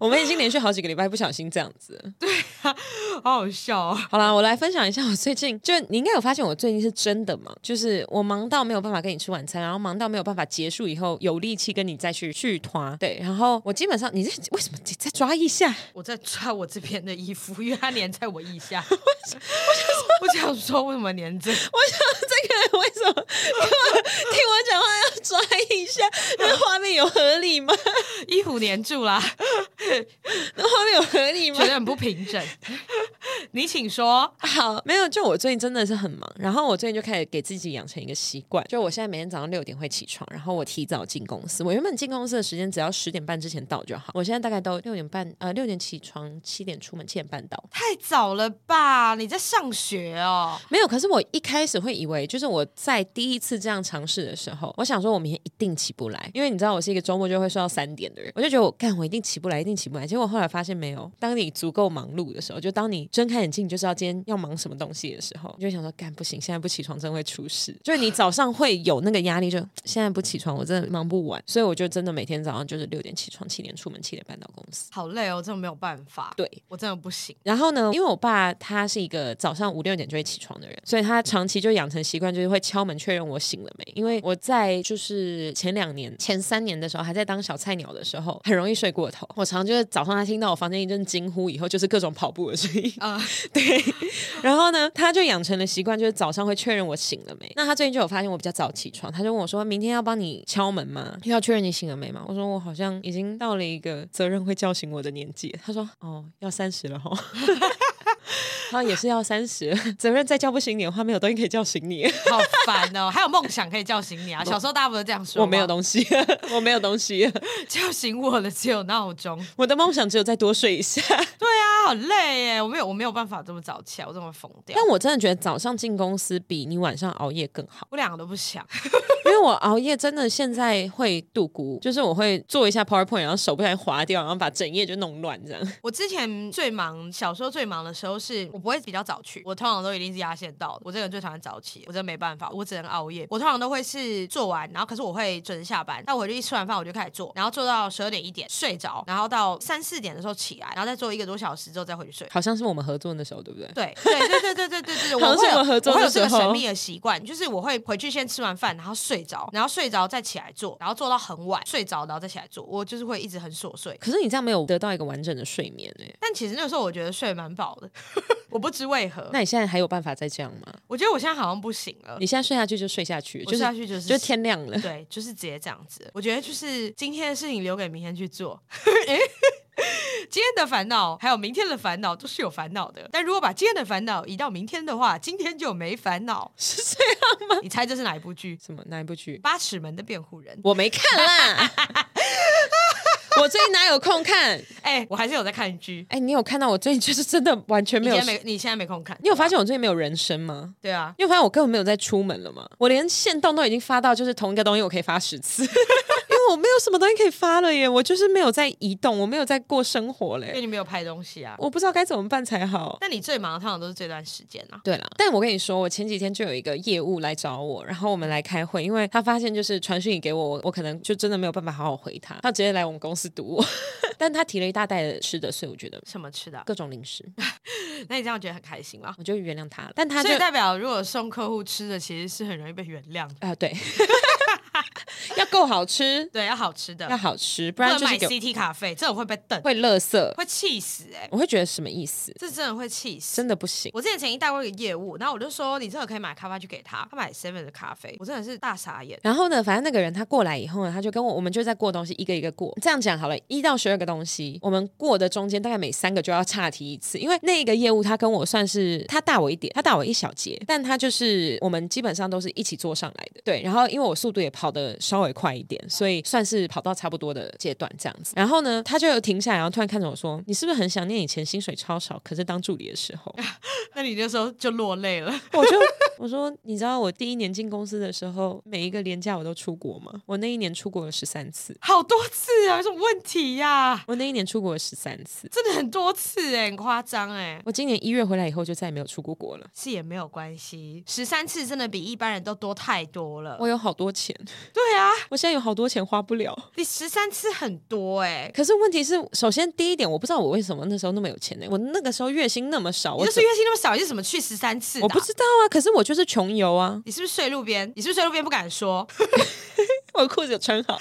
B: 我们已经连续好几个礼拜不小心这样子了。
A: 好好笑哦。
B: 好啦，我来分享一下我最近，就你应该有发现我最近是真的忙，就是我忙到没有办法跟你吃晚餐，然后忙到没有办法结束以后有力气跟你再去续团。对，然后我基本上你在为什么你再抓一下？
A: 我在抓我这边的衣服，因为它粘在我腋 下。我想说，为什么粘这？
B: 我想这个人为什么听我讲话要抓一下？那画面有合理吗？
A: 衣服粘住啦，
B: 那画面有合理吗
A: 觉？得很不平整。 你请说，
B: 好，没有，就我最近真的是很忙，然后我最近就开始给自己养成一个习惯，就我现在每天早上六点会起床，然后我提早进公司。我原本进公司的时间只要十点半之前到就好，我现在大概都六点半，呃，六点起床，七点出门，七点半到。
A: 太早了吧？你在上学哦？
B: 没有，可是我一开始会以为，就是我在第一次这样尝试的时候，我想说我明天一定起不来，因为你知道我是一个周末就会睡到三点的人，我就觉得我干我一定起不来，一定起不来。结果后来发现没有，当你足够忙碌的时候，就当你睁开眼睛你就知道今天要忙什么东西的时候，你就会想说干不行，现在不起床真会出事。就是你早上会有那个压力就，现在不起床我真的忙不完，所以我就真的每天早上就是六点起床，七点出门，七点半到公司。
A: 好累哦，真的没有办法。
B: 对，
A: 我真的不行。
B: 然后呢，因为我爸他是一个早上五六点就会起床的人，所以他长期就养成习惯，就是会敲门确认我醒了没。因为我在就是前两年、前三年的时候，还在当小菜鸟的时候，很容易睡过头。我常就是早上他听到我房间一阵惊呼以后，就是各种跑步的声音。
A: 啊、
B: 对，然后呢，他就养成了习惯，就是早上会确认我醒了没。那他最近就有发现我比较早起床，他就问我说：“明天要帮你敲门吗？要确认你醒了没吗？”我说：“我好像已经到了一个责任会叫醒我的年纪。”他说：“哦，要三十 了哈。”然后也是要三十，责任再叫不醒你的话，没有东西可以叫醒你。
A: 好烦哦！还有梦想可以叫醒你啊！小时候大家不是这样说吗
B: 我没有东西，我没有东西，
A: 叫醒我的只有闹钟。
B: 我的梦想只有再多睡一下。
A: 对啊，好累耶！我没有，我没有办法这么早起来，我这么疯掉
B: 但。我真的觉得早上进公司比你晚上熬夜更好。
A: 我两个都不想。
B: 因为我熬夜真的现在会度孤，就是我会做一下 PowerPoint，然后手不小心滑掉，然后把整页就弄乱这样。
A: 我之前最忙，小时候最忙的时候是，我不会比较早去，我通常都一定是压线到的。我这个人最讨厌早起，我真的没办法，我只能熬夜。我通常都会是做完，然后可是我会准时下班，但我就一吃完饭我就开始做，然后做到十二点一点睡着，然后到三四点的时候起来，然后再做一个多小时之后再回去睡。
B: 好像是我们合作那时候，对不对？
A: 对对对对对对对对，
B: 好
A: 我
B: 像是
A: 会
B: 我
A: 有
B: 们合作
A: 我会有
B: 的时
A: 这个神
B: 候
A: 秘的习惯，就是我会回去先吃完饭，然后睡着，然后睡着再起来做，然后做到很晚，睡着然后再起来做，我就是会一直很琐碎。
B: 可是你这样没有得到一个完整的睡眠哎、
A: 但其实那时候我觉得睡蛮饱的，我不知为何。
B: 那你现在还有办法再这样吗？
A: 我觉得我现在好像不行了
B: 你，现在睡下去就睡下去，
A: 我
B: 就是
A: 下去就是
B: 就天亮了。
A: 对，就是直接这样子。我觉得就是今天的事情留给明天去做。 今天的烦恼还有明天的烦恼都是有烦恼的，但如果把今天的烦恼移到明天的话，今天就没烦恼。
B: 是这样
A: 你猜这是哪一部剧？《
B: 什么哪一部剧？
A: 八尺门的辩护人》。
B: 我没看啦，我最近哪有空看？
A: 哎、我还是有在看剧。
B: 哎、你有看到我最近就是真的完全
A: 你
B: 没有
A: 现在。没，你现在没空看。
B: 你有发现我最近没有人生吗？
A: 对啊，
B: 因为发现我根本没有在出门了嘛，我连线动都已经发到，就是同一个东西我可以发十次，因为我没有什么东西可以发了耶，我就是没有在移动，我没有在过生活
A: 因为
B: 嘞，
A: 你没有拍东西啊。
B: 我不知道该怎么办才好。
A: 但你最忙的通常都是这段时间啊。
B: 对了，但我跟你说，我前几天就有一个业务来找我，然后我们来开会，因为他发现就是传讯息给我，我我可能就真的没有办法好好回他，他直接来我们公司堵我， 但他提了一大袋的吃的，所以我觉得
A: 什么吃的啊、
B: 各种零食，
A: 那你这样觉得很开心吗？
B: 我就原谅他了。但他就
A: 所以代表，如果送客户吃的，其实是很容易被原谅的。
B: 啊、对，啊 要够好吃，
A: 对，要好吃的，
B: 要好吃，不
A: 不
B: 然
A: 能
B: 就是
A: 买
B: 给
A: CT 咖啡，这种会被瞪，
B: 会垃圾。
A: 会气死哎、欸，
B: 我会觉得什么意思？
A: 这真的会气死。
B: 真的不行。
A: 我之前曾经带过一个业务，然后我就说你真的可以买咖啡去给他，他买 Seven 的咖啡，我真的是大傻眼。
B: 然后呢，反正那个人他过来以后呢，他就跟我，我们就在过东西，一个一个过。这样讲好了，一到十二个东西，我们过的中间大概每三个就要岔题一次，因为那个业务他跟我算是他大我一点，他大我一小节，但他就是我们基本上都是一起坐上来的。对，然后因为我速度也跑得稍微快一点，所以算是跑到差不多的阶段这样子。然后呢，他就停下来，然后突然看着我说：“你是不是很想念以前薪水超少，可是当助理的时候？”
A: 那你那时候就落泪了，
B: 我就我说，你知道我第一年进公司的时候，每一个年假我都出国吗？我那一年出国了十三次，
A: 好多次啊，有什么问题呀、
B: 我那一年出国了十三次。
A: 真的很多次哎、很夸张哎。
B: 我今年一月回来以后就再也没有出过国了。
A: 是也没有关系，十三次真的比一般人都多太多了。
B: 我有好多钱，
A: 对啊，
B: 我现在有好多钱花不了。
A: 你十三次很多哎、
B: 可是问题是，首先第一点，我不知道我为什么那时候那么有钱呢、我那个时候月薪那么少，
A: 你
B: 我
A: 就是
B: 怎
A: 月薪那么少，你是怎么去十三次的啊、
B: 我不知道啊。可是我就是穷游啊，
A: 你是不是睡路边？你是不是睡路边不敢说？
B: 我裤子有穿好。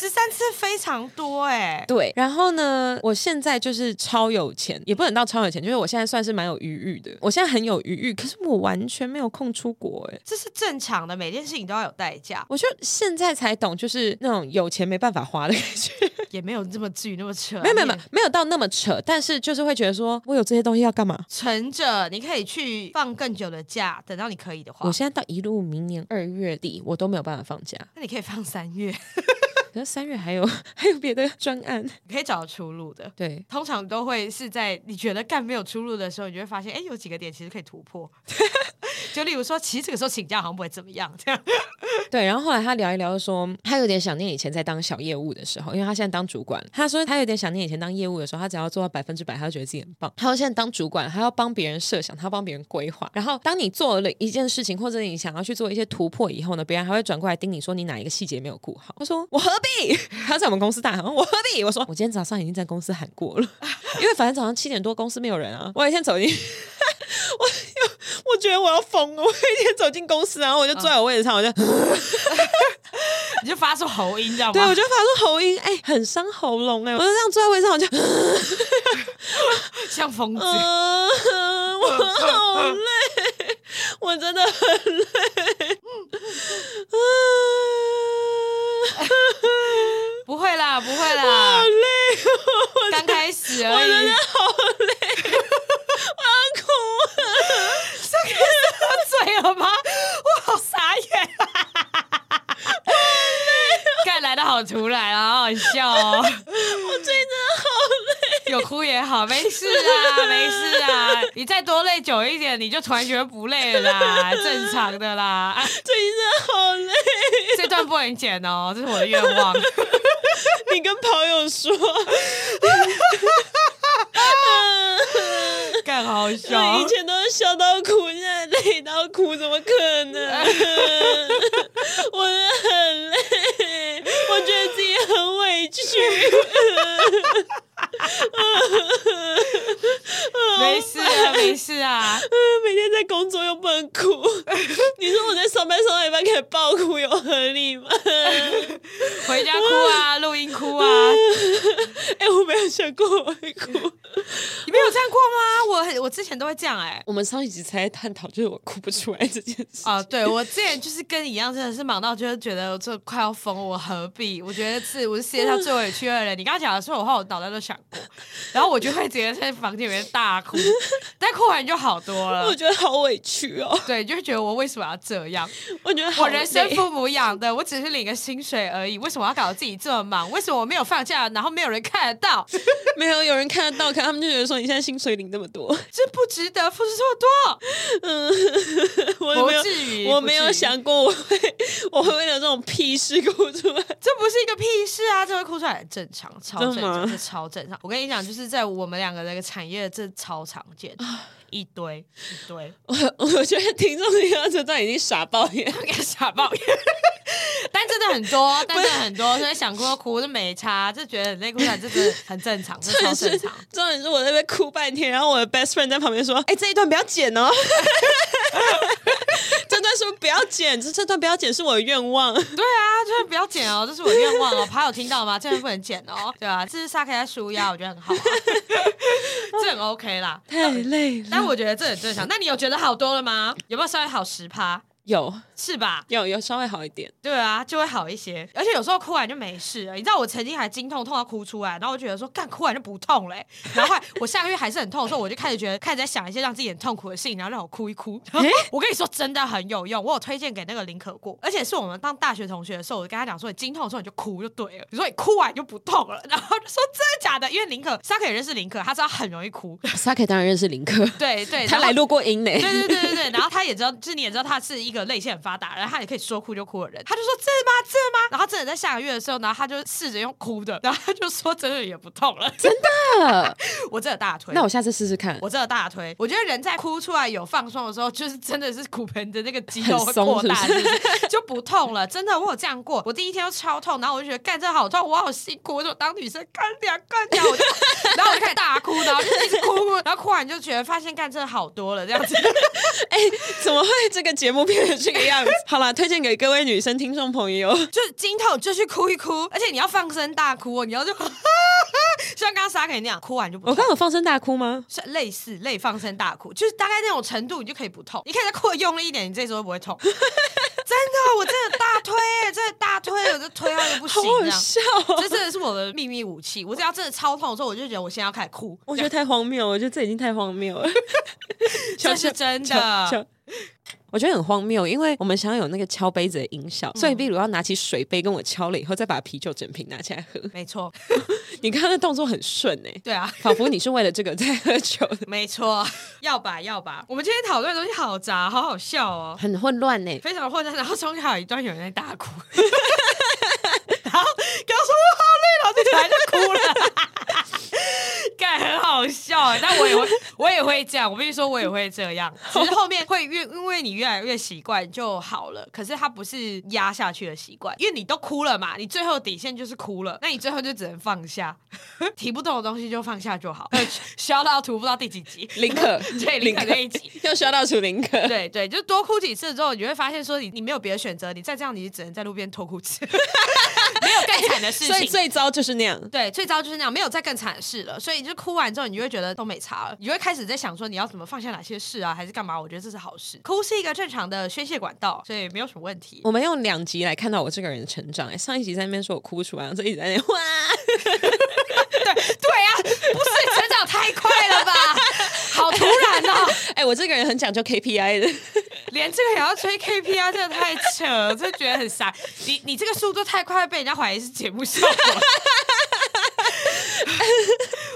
A: 十三次非常多哎、
B: 对，然后呢，我现在就是超有钱，也不能到超有钱，就是我现在算是蛮有余裕的。我现在很有余裕，可是我完全没有空出国哎、
A: 这是正常的，每件事情都要有代价，
B: 我就现在才懂，就是那种有钱没办法花的感觉。
A: 也没有这么至于那么扯。
B: 没有没有没有没有到那么扯，但是就是会觉得说我有这些东西要干嘛？
A: 乘着你可以去放更久的假，等到你可以的话
B: 我，现在到一路明年二月底，我都没有办法放假。
A: 那你可以放三月，
B: 可是三月还有 还有别的专案，
A: 你可以找出路的。
B: 对，
A: 通常都会是在你觉得干没有出路的时候，你就会发现，哎，有几个点其实可以突破。 就例如说，其实这个时候请假好像不会怎么样，这样
B: 对，然后后来他聊一聊，就说他有点想念以前在当小业务的时候，因为他现在当主管了。他说他有点想念以前当业务的时候，他只要做到百分之百，他就觉得自己很棒。他说现在当主管，他要帮别人设想，他要帮别人规划。然后当你做了一件事情，或者你想要去做一些突破以后呢，别人还会转过来盯你说你哪一个细节没有顾好。他说我何必？ 他在我们公司大喊我何必？我说我今天早上已经在公司喊过了，因为反正早上七点多公司没有人啊。我有一天走进 去。我觉得我要疯了！我有一天走进公司，然后我就坐在我位置上，我就
A: 你就发出喉音，这样吗？
B: 对，我就发出喉音，哎、很伤喉咙哎、我就这样坐在位上，我就，
A: 像疯子。
B: 嗯、我好累，我真的很累，啊，
A: 不会啦，不会
B: 好
A: 啦，
B: 累，我
A: 刚开始
B: 我
A: 而
B: 真的
A: 已。
B: 好累，我要哭了。
A: 醉了吗？我好傻眼、啊。干来的好突然啊，好好笑哦！
B: 我最近真的好累，
A: 有哭也好，没事啊，没事啊。你再多累久一点，你就突然觉得不累了啦，正常的啦。啊
B: 最近真的好累。
A: 这段不能剪哦，这是我的愿望。
B: 你跟朋友说，
A: 干好笑哦
B: 我以，前都是笑到哭，现在累到哭，怎么可能？我真的很累，我觉得自己很委屈。
A: 没事啊，没事啊。
B: 每天在工作又不能 哭，你说我在上班上到一半开始爆哭，有合理 吗？
A: 回家哭啊，录音哭啊，
B: 哎、我没有想过我会哭。
A: 你没有这样过吗？我很，我之前都会这样哎、
B: 我们上一集才在探讨，就是我哭不出来这件事。
A: 啊，对我之前就是跟你一样，真的是忙到就是觉得我这快要疯，我何必？我觉得是我是世界上最委屈的人。你刚刚讲的时候，我话我脑袋都想 过，然后我就会直接在房间里面大哭，但哭完就好多
B: 我
A: 了。
B: 觉得好委屈哦，
A: 对，就会觉得我为什么要这样？
B: 我觉得好
A: 我
B: 累
A: 人生父母养的，我只是领个薪水而已，为什么要搞自己这么忙？为什么我没有放假，然后没有人看得到？
B: 没有有人看得到，可他们就觉得说你现在薪水领那么 多，
A: 这不值得付出这
B: 嗯，我
A: 么多，
B: 没有
A: 不。至于，
B: 我
A: 不
B: 没
A: 至
B: 有
A: 于，
B: 想过我会 我会为了这种屁事哭出 来，
A: 这不是一个屁事啊！这会哭出来很正常，超正
B: 真的
A: 常，
B: 吗
A: 这超正常。我跟你讲，就是在我们两个那个产业，这超常见，
B: 啊
A: 一堆一堆，
B: 我我觉得听众听到这段已经傻爆眼。
A: 给傻抱怨。但真的很多，但真的很多，所以想哭就哭，这没差，就觉得很累哭出来，这真的很正常， 这超正
B: 是
A: 常。，
B: 重点是我在那边哭 半天，然后我的 best friend 在旁边说：“哎、这一段不要剪哦，这段段说不要剪，这这段不要剪是我的愿望。
A: 对啊，就是不要剪哦，这是我的愿望哦。爬有听到吗？这样不能剪哦，对啊，这是萨克在舒压，我觉得很好、啊， 这很 OK 啦。
B: 太累
A: 但我觉得这很正常。那你有觉得好多了吗？有没有稍微好十趴？
B: 有
A: 是吧？
B: 有有稍微好一点，
A: 对啊，就会好一些。而且有时候哭完就没事了。你知道我曾经还经痛痛到哭出来，然后我觉得说干哭完就不痛嘞、然后后来我下个月还是很痛的时候，我就开始觉得开始在想一些让自己很痛苦的事情，然后让我哭一哭。然后我跟你说真的很有用，我有推荐给那个林可过，而且是我们当大学同学的时候，我就跟他讲说你经痛的时候你就哭就对了，你说你哭完就不痛了，然后他就说真的假的？因为林可他可以认识林可，他知道很容易哭。
B: 萨克当然认识林克，
A: 对对，
B: 他
A: 然后
B: 来录过音呢。
A: 对对对对对，然后他也知道，就是你也知道他是一个泪腺很发达，然后他也可以说哭就哭的人。他就说真的吗？真的吗？然后真的在下个月的时候，然后他就试着用哭的，然后他就说真的也不痛了，真
B: 呃
A: 我真的大推。
B: 那我下次试试看。
A: 我真的大推，我觉得人在哭出来有放松的时候，就是真的是骨盆的那个肌肉会
B: 很松
A: 扩大，
B: 是不
A: 就是就不痛了。真的，我有这样过，我第一天就超痛，然后我就觉得干这好痛，我好辛苦，我就当女生干掉干掉，我就 然后我就开始大哭，然后就一直哭哭，然后哭完就觉得发现干真的好多了，这样子。
B: 哎、怎么会这个节目变成这个样子？好啦，推荐给各位女生听众朋友。
A: 就是经痛就去哭一哭，而且你要放声大哭哦，你要就 像刚刚沙凯那样，哭完就不
B: 我刚
A: 痛。
B: 有放声大哭吗？
A: 是类似类放声大哭，就是大概那种程度，你就可以不痛。你可以再哭的用力一点，你这时候不会痛。 真的，我真的大推，真的大推，我就推到就不
B: 好
A: 行这
B: 好
A: 样。
B: 笑哦、
A: 这真的是我的秘密武器。我只要真的超痛的时候，我就觉得我现在要开始哭。
B: 我觉得太荒谬了，我觉得这已经太荒谬了。
A: 这是真
B: 敲
A: 的，
B: 敲我觉得很荒谬，因为我们想要有那个敲杯子的音效，
A: 嗯
B: 所以壁炉要拿起水杯跟我敲了以后，再把啤酒整瓶拿起来喝。
A: 没错，
B: 你刚刚的动作很顺哎、
A: 对啊。
B: 仿佛你是为了这个在喝酒 的，
A: 没错，要吧要吧，我们今天讨论的东西好杂，好好笑哦。
B: 很混乱呢、
A: 非常混乱，然后中间还有一段有人在大哭， 然后跟他说我好累，然后就突然就哭了， 感很好笑欸。但我也会，我也会这样，我必须说，我也会这样。只是后面会越因为你越来越习惯就好了，可是它不是压下去的习惯，因为你都哭了嘛，你最后底线就是哭了，那你最后就只能放下， 提不动的东西就放下就好。呃消到图不知道第几集，
B: 林可
A: 对林可那一集。
B: 又刷到楚林 可，
A: 对对，就多哭几次之后，你会发现说你你没有别的选择，你再这样你只能在路边脱裤 子，没有更惨的事
B: 所以
A: 情。
B: 最糟就是那样。
A: 对，最糟就是那样，没有再更惨的事了。所以你就哭完之后，你就会觉得都没差了，你就会开始在想说你要怎么放下哪些事啊，还是干嘛？我觉得这是好事，哭是一个正常的宣泄管道，所以没有什么问题。
B: 我们用两集来看到我这个人的成长、哎，上一集在那边说我哭出来，这一集在那边哇，
A: 对啊，不是成长太快了 吧？好突然哦，
B: 哎、我这个人很讲究 KPI 的，
A: 连这个也要吹 KPI，真的啊太扯了，真的觉得很傻。你你这个速度太快，被人家怀疑是节目效果。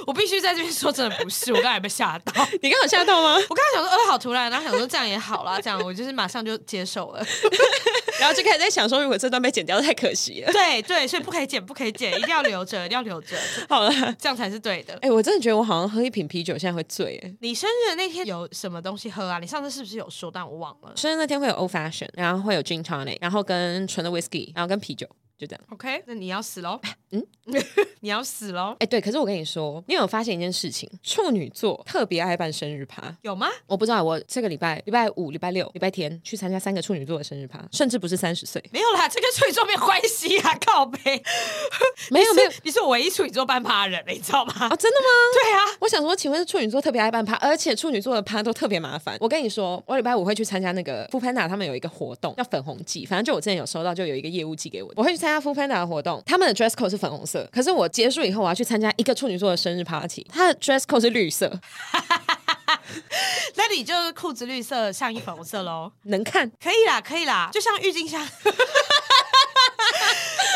A: 我必须在这边说，真的不是，我刚才被吓到。我
B: 你刚好吓到吗？
A: 刚才想说，呃，好突然，然后想说这样也好啦，这样我就是马上就接受了。
B: 然后就开始在想说，如果这段被剪掉太可惜 了。
A: 对对，所以不可以剪，不可以剪，一定要留着，一定要留着，这
B: 好了。
A: 这样才是对的。
B: 哎、我真的觉得我好像喝一瓶啤酒现在会醉哎、
A: 你生日的那天有什么东西喝啊？你上次是不是有说，但我忘了。
B: 生日那天会有 old fashion，然后会有 gin tonic，然后跟纯的 whisky，然后跟啤酒，就这样。
A: OK，那你要死喽， 你要死喽，
B: 哎、对，可是我跟你说，你有没有发现一件事情？处女座特别爱办生日趴。
A: 有吗？
B: 我不知道，我这个礼拜礼拜五、礼拜六、礼拜天去参加三个处女座的生日趴，甚至不是三十岁，
A: 没有啦，这跟处女座没有关系啊，靠背。
B: 没有没有
A: 你是，你是我唯一处女座半趴的人，你知道吗？
B: 啊，真的吗？
A: 对啊，
B: 我想说，请问是处女座特别爱办趴，而且处女座的趴都特别麻烦。我跟你说，我礼拜五会去参加那个 f o o Panda 他们有一个活动叫粉红季，反正就我之前有收到，就有一个业务寄给我，我会去参加 f o o Panda 的活动，他们的 dress code 是粉红色，可是我结束以后我要去参加一个处女座的生日 party，他的 dress code 是绿色，
A: 那你就是裤子绿色，上衣粉红色喽，
B: 能看。
A: 可以啦，可以啦，就像郁金 香。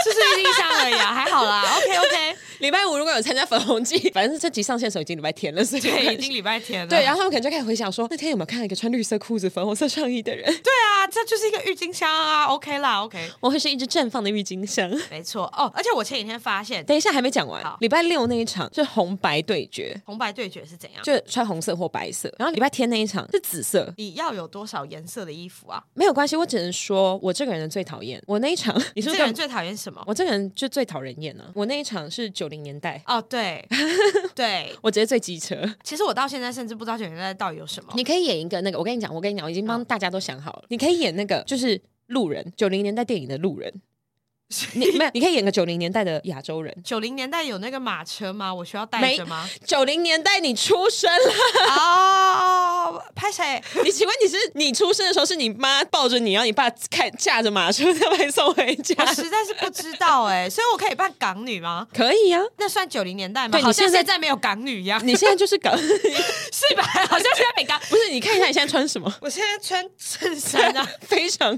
A: 就是郁金香而已啊，还好啦。OK OK，
B: 礼拜五如果有参加粉红季，反正这集上线的时候已经礼拜天了，所以
A: 对，已经礼拜天了。
B: 对，然后他们可能就开始回想说，那天有没有看到一个穿绿色裤子、粉红色上衣的人？
A: 对啊，这就是一个郁金香啊。OK 啦，OK，
B: 我会是一只绽放的郁金香。
A: 没错哦。而且我前几天发现
B: 等一下还没讲完
A: 好，
B: 礼拜六那一场是红白对决，
A: 红白对决是怎样，
B: 就穿红色或白色，然后礼拜天那一场是紫色。
A: 你要有多少颜色的衣服啊？
B: 没有关系，我只能说我这个人最讨厌我那一场， 你是
A: 这
B: 不
A: 个
B: 是
A: 人
B: 根本？
A: 最讨厌什么？
B: 我这个人就最讨人厌了、啊我那一场是九零年代，
A: 哦， 对对，
B: 我直接最机车。
A: 其实我到现在甚至不知道九零年代到底有什么。
B: 你可以演一个那个，我跟你讲，我跟你讲，我已经帮大家都想好了。你可以演那个就是路人，九零年代电影的路人。你没有，你可以演个九零年代的亚洲人。
A: 九零年代有那个马车吗？我需要带着 吗？
B: 九零年代你出生了，
A: 哦，拍谁？
B: 你请问你是你出生的时候是你妈抱着你，然后你爸开驾着马车要把你送回家
A: 我？实在是不知道哎、所以我可以扮港女吗？
B: 啊可以呀、
A: 那算九零年代吗？
B: 对
A: 好像
B: 你现在
A: 现在没有港女一样，
B: 你 现在就是搞，
A: 是吧？好像现在没港。
B: 不是？你看一下你现在穿什么？
A: 我现在穿衬衫 啊，
B: 非常，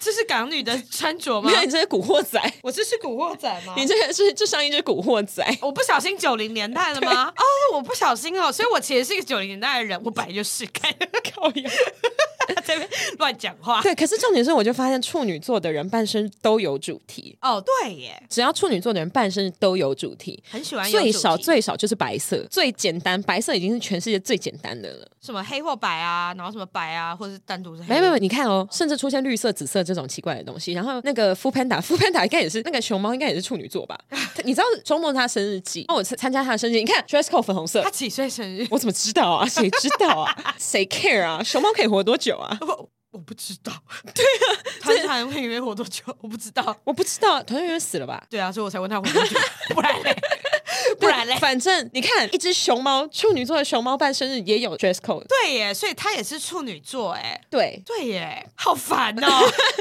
A: 这是港女的穿着吗
B: 没？有你这是古惑仔，
A: 我这是古惑仔吗？
B: 你这个是这上衣就是古惑 仔。
A: 我不小心九零年代了吗？哦，我不小心哦，所以我其实是一个九零年代的人，我本来就是， 看
B: 靠呀！
A: 这边乱讲话。
B: 对，可是重点是，我就发现处女座的人半生都有主题，
A: 哦，对耶，
B: 只要处女座的人半生都有主题。
A: 很喜欢有
B: 最
A: 主
B: 少
A: 题
B: 最少就是白色，最简单，白色已经是全世界最简单的了。
A: 什么黑或白啊，然后什么白啊，或者是单独是黑。
B: 没有没有，你看哦，甚至出现绿色、紫色这种奇怪的东西。然后那个 f u Panda f u Panda 应该也是那个熊猫，应该也是处女 座吧？他你知道周末是他生日季，那我参参加他的生日季，你看 dress code 粉红色
A: 他，几岁生日？
B: 我怎么知道啊？谁知道啊？ 谁 care 啊？熊猫可以活多久啊？
A: 我我不知道。 对啊，团团会以为活多久？我不知道。
B: 我不知道，团圆圆死了吧？
A: 对啊，所以我才问他活多久， 不然嘞，不然嘞。
B: 反正你看，一只熊猫，处女座的熊猫办生日也有 dress code。
A: 对耶，所以他也是处女座哎。
B: 对，
A: 对耶，好烦 哦。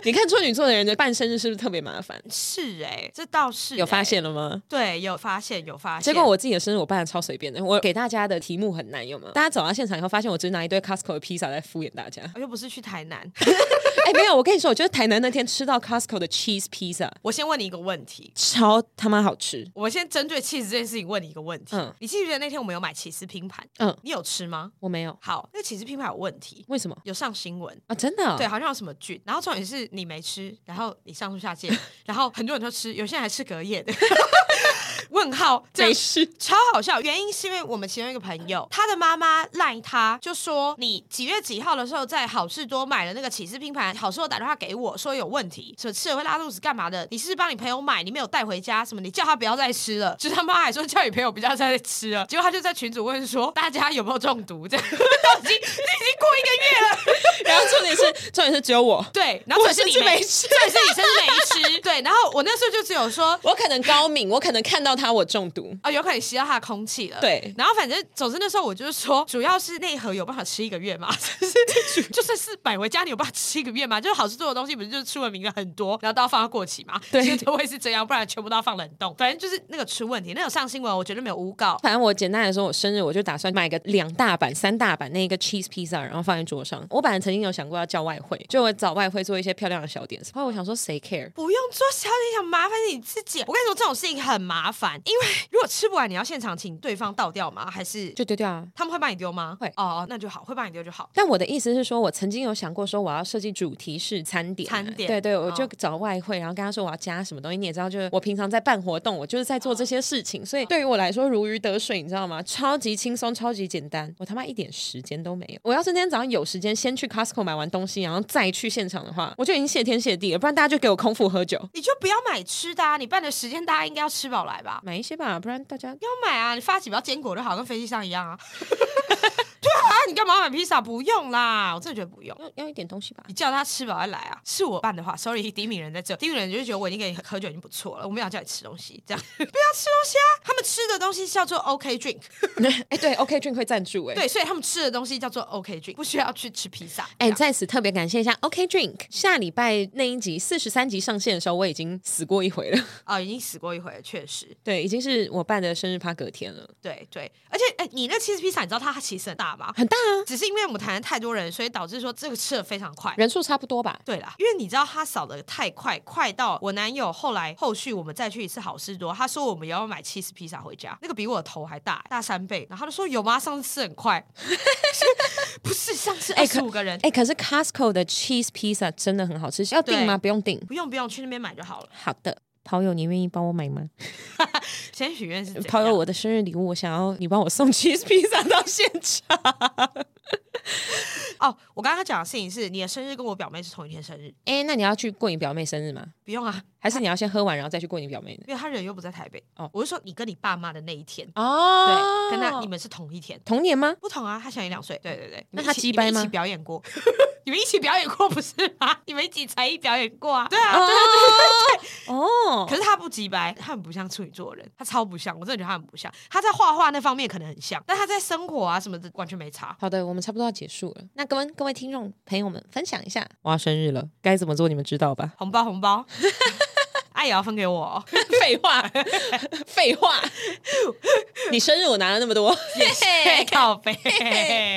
B: 你看处女座的人的办生日是不是特别麻烦？
A: 是哎，这倒是
B: 有发
A: 哎。
B: 现了吗？
A: 对，有发现，有发现。
B: 结果我自己的生日我办的超随便的，我给大家的题目很难，有吗？大家走到现场以后，发现我只拿一堆 Costco 的披萨在敷衍大家。
A: 我又不是去台南。
B: 哎，没有，我跟你说，我觉得台南那天吃到 Costco 的 cheese pizza
A: 我先问你一个问题，
B: 超他妈好吃。
A: 我先针对气质这件事情问你一个问题。
B: 嗯
A: 你记不记得那天我们有买起司拼盘？
B: 嗯，
A: 你有吃吗？
B: 我没有，
A: 好，那个起司拼盘有问题，
B: 为什么
A: 有上新闻。
B: 啊？真的哦、
A: 对，好像有什么菌，然后重点是你没吃，然后你上吐下泻，然后很多人都吃，有些人还吃隔夜的。 问号，这
B: 没
A: 样
B: 事。
A: 超好笑。原因是因为我们其中一个朋友，他的妈妈赖他，就说你几月几号的时候在好事多买了那个起司拼盘，好事多打电话给我说有问题，什么吃了会拉肚子干嘛的，你是不是帮你朋友买，你没有带回家，什么你叫他不要再吃了，就是他妈还说叫你朋友不要再吃了，结果他就在群组问说大家有没有中毒，这样 都已经已经过一个月了。
B: 然后重点是，重点是只有我，
A: 对，然后
B: 我
A: 只是
B: 甚
A: 你
B: 至没
A: 没
B: 吃
A: 对，是你甚至没吃。对，然后我那时候就只有说。
B: 我可能高敏，我可能看到它我中毒。
A: 啊、有可能吸到他的空气了。
B: 对
A: 然后反正总之那时候我就是说，主要是内核有办法吃一个月嘛， 就是就算是买回家你有办法吃一个月嘛，就是好吃多的东西不是就是出了名的很多，然后都要放到过期嘛，
B: 对
A: 就是都会是这样，不然全部都要放冷冻。反正就是那个出问题，那有上新闻，我绝对没有诬告。
B: 反正我简单来说，我生日我就打算买个两大板、三大板那个 cheese pizza，然后放在桌上。我本来曾经有想过要叫外汇，就我找外汇做一些漂亮的小点心。后来我想说，谁 care？
A: 不用做小姐想麻烦你自己。我跟你说，这种事情很麻烦，因为如果吃不完，你要现场请对方倒掉吗？还是
B: 就丢掉啊。
A: 他们会帮你丢吗？
B: 会
A: 哦，那就好，会帮你丢就好。
B: 但我的意思是说，我曾经有想过说我要设计主题是餐点，欸
A: 餐点
B: 对对，我
A: 哦
B: 就找外汇，然后跟他说我要加什么东西。你也知道，就是我平常在办活动，我就是在
A: 嗯
B: 做这些事情，所以对于我来说如鱼得水，你知道吗？超级轻松，超级简单，我他妈一点时间都没有。我要是今天早上有时间，先去 Costco 买完东西，然后再去现场的话，我就已经谢天谢地了，不然大家就给我空腹喝酒，
A: 你就不要买吃的啊！你办的时间大家应该要吃饱来吧？
B: 买一些吧，不然大家
A: 要买啊！你发几包坚果就好，跟飞机上一样啊！ 对啊，你干嘛要买披萨？不用啦，我真的觉得不用。
B: 要要一点东 西吧
A: 你。叫他吃饱再来啊！是我办的话，sorry，第一名人在这，第一名人就觉得我已经给你喝酒已经不错了，我没有叫你吃东西，这样 不要吃东西啊！他们吃的东西叫做 OK drink，
B: 哎，对，OK 俊会赞助哎、
A: 对，所以他们吃的东西叫做 OK drink，不需要去吃披萨。
B: 哎、
A: 这样
B: 在此特别感谢一下 OK Drink。下礼拜那一集四十三集上线的时候，我已经死过一回 了。
A: 啊、已经死过一回了，确实，
B: 对，已经是我办的生日趴隔天了，
A: 对对，而且哎、你那七十披萨，你知道它其实很大吗？
B: 很大啊，
A: 只是因为我们谈了太多人，所以导致说这个吃的非常快。
B: 人数差不多吧。
A: 对啦，因为你知道他扫的太快，快到我男友后来后续我们再去一次好事多，他说我们也要买七十披萨回家，那个比我的头还大，大三倍。然后他就说有吗？上次吃很快， 不是上次
B: 哎
A: 二
B: 可
A: 十五个人，
B: 哎、可是 Costco 的 cheese pizza 真的很好吃，要订吗？不用订。
A: 不用不用，去那边买就好了。
B: 好的，跑友，你愿意帮我买吗？
A: 先许愿是怎
B: 跑友，
A: 样
B: 我的生日礼物，我想要你帮我送 cheese pizza 到现场。
A: 哦，我刚刚讲的事情是你的生日跟我表妹是同一天生日，
B: 哎、那你要去过你表妹生日吗？
A: 不用啊，
B: 还是你要先喝完然后再去过你表妹的？
A: 因为他人又不在台北。
B: 哦
A: 哦，我是说你跟你爸妈的那一天，
B: 哦
A: 对，跟他你们是同一天，
B: 童年吗？
A: 不同啊，他小你两岁。对对对，
B: 那
A: 你们
B: 他
A: 一起
B: 鸡掰
A: 你们
B: 吗
A: 一起表演 过，你们一起表演过不是吗？ 你们一起才艺表演过啊？对啊，
B: 哦
A: 对啊。
B: 哦，
A: 可是他不鸡掰，他很不像处女座的人，他超不像，我真的觉得他很不像。他在画画那方面可能很像，但他在生活啊什么的完全没差。
B: 好的，我们差不多要结束了。那跟各位听众朋友们分享一下，我要生日了，该怎么做你们知道吧？
A: 红包红 包，爱也要分给我、 哦，
B: 废 话，废话，你生日我拿了那么多，
A: 嘿靠背。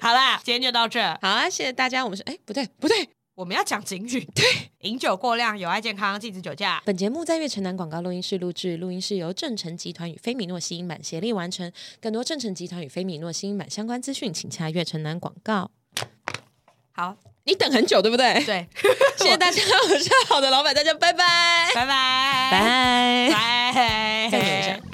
A: 好啦，今天就到这。
B: 好啊，谢谢大家。我们是哎，不对不对，
A: 我们要讲警语，对，饮酒过量有害健康，禁止酒驾。
B: 本节目在月城南广告录音室录制，录音室由正成集团与菲米诺吸音版协力完成。更多正成集团与菲米诺吸音版相关资讯，请洽月城南广告。
A: 好，
B: 你等很久对不对？
A: 对，
B: 谢谢大家，我是好的老板，大家拜拜，
A: 拜拜，
B: 拜，
A: 拜，
B: 再等一下。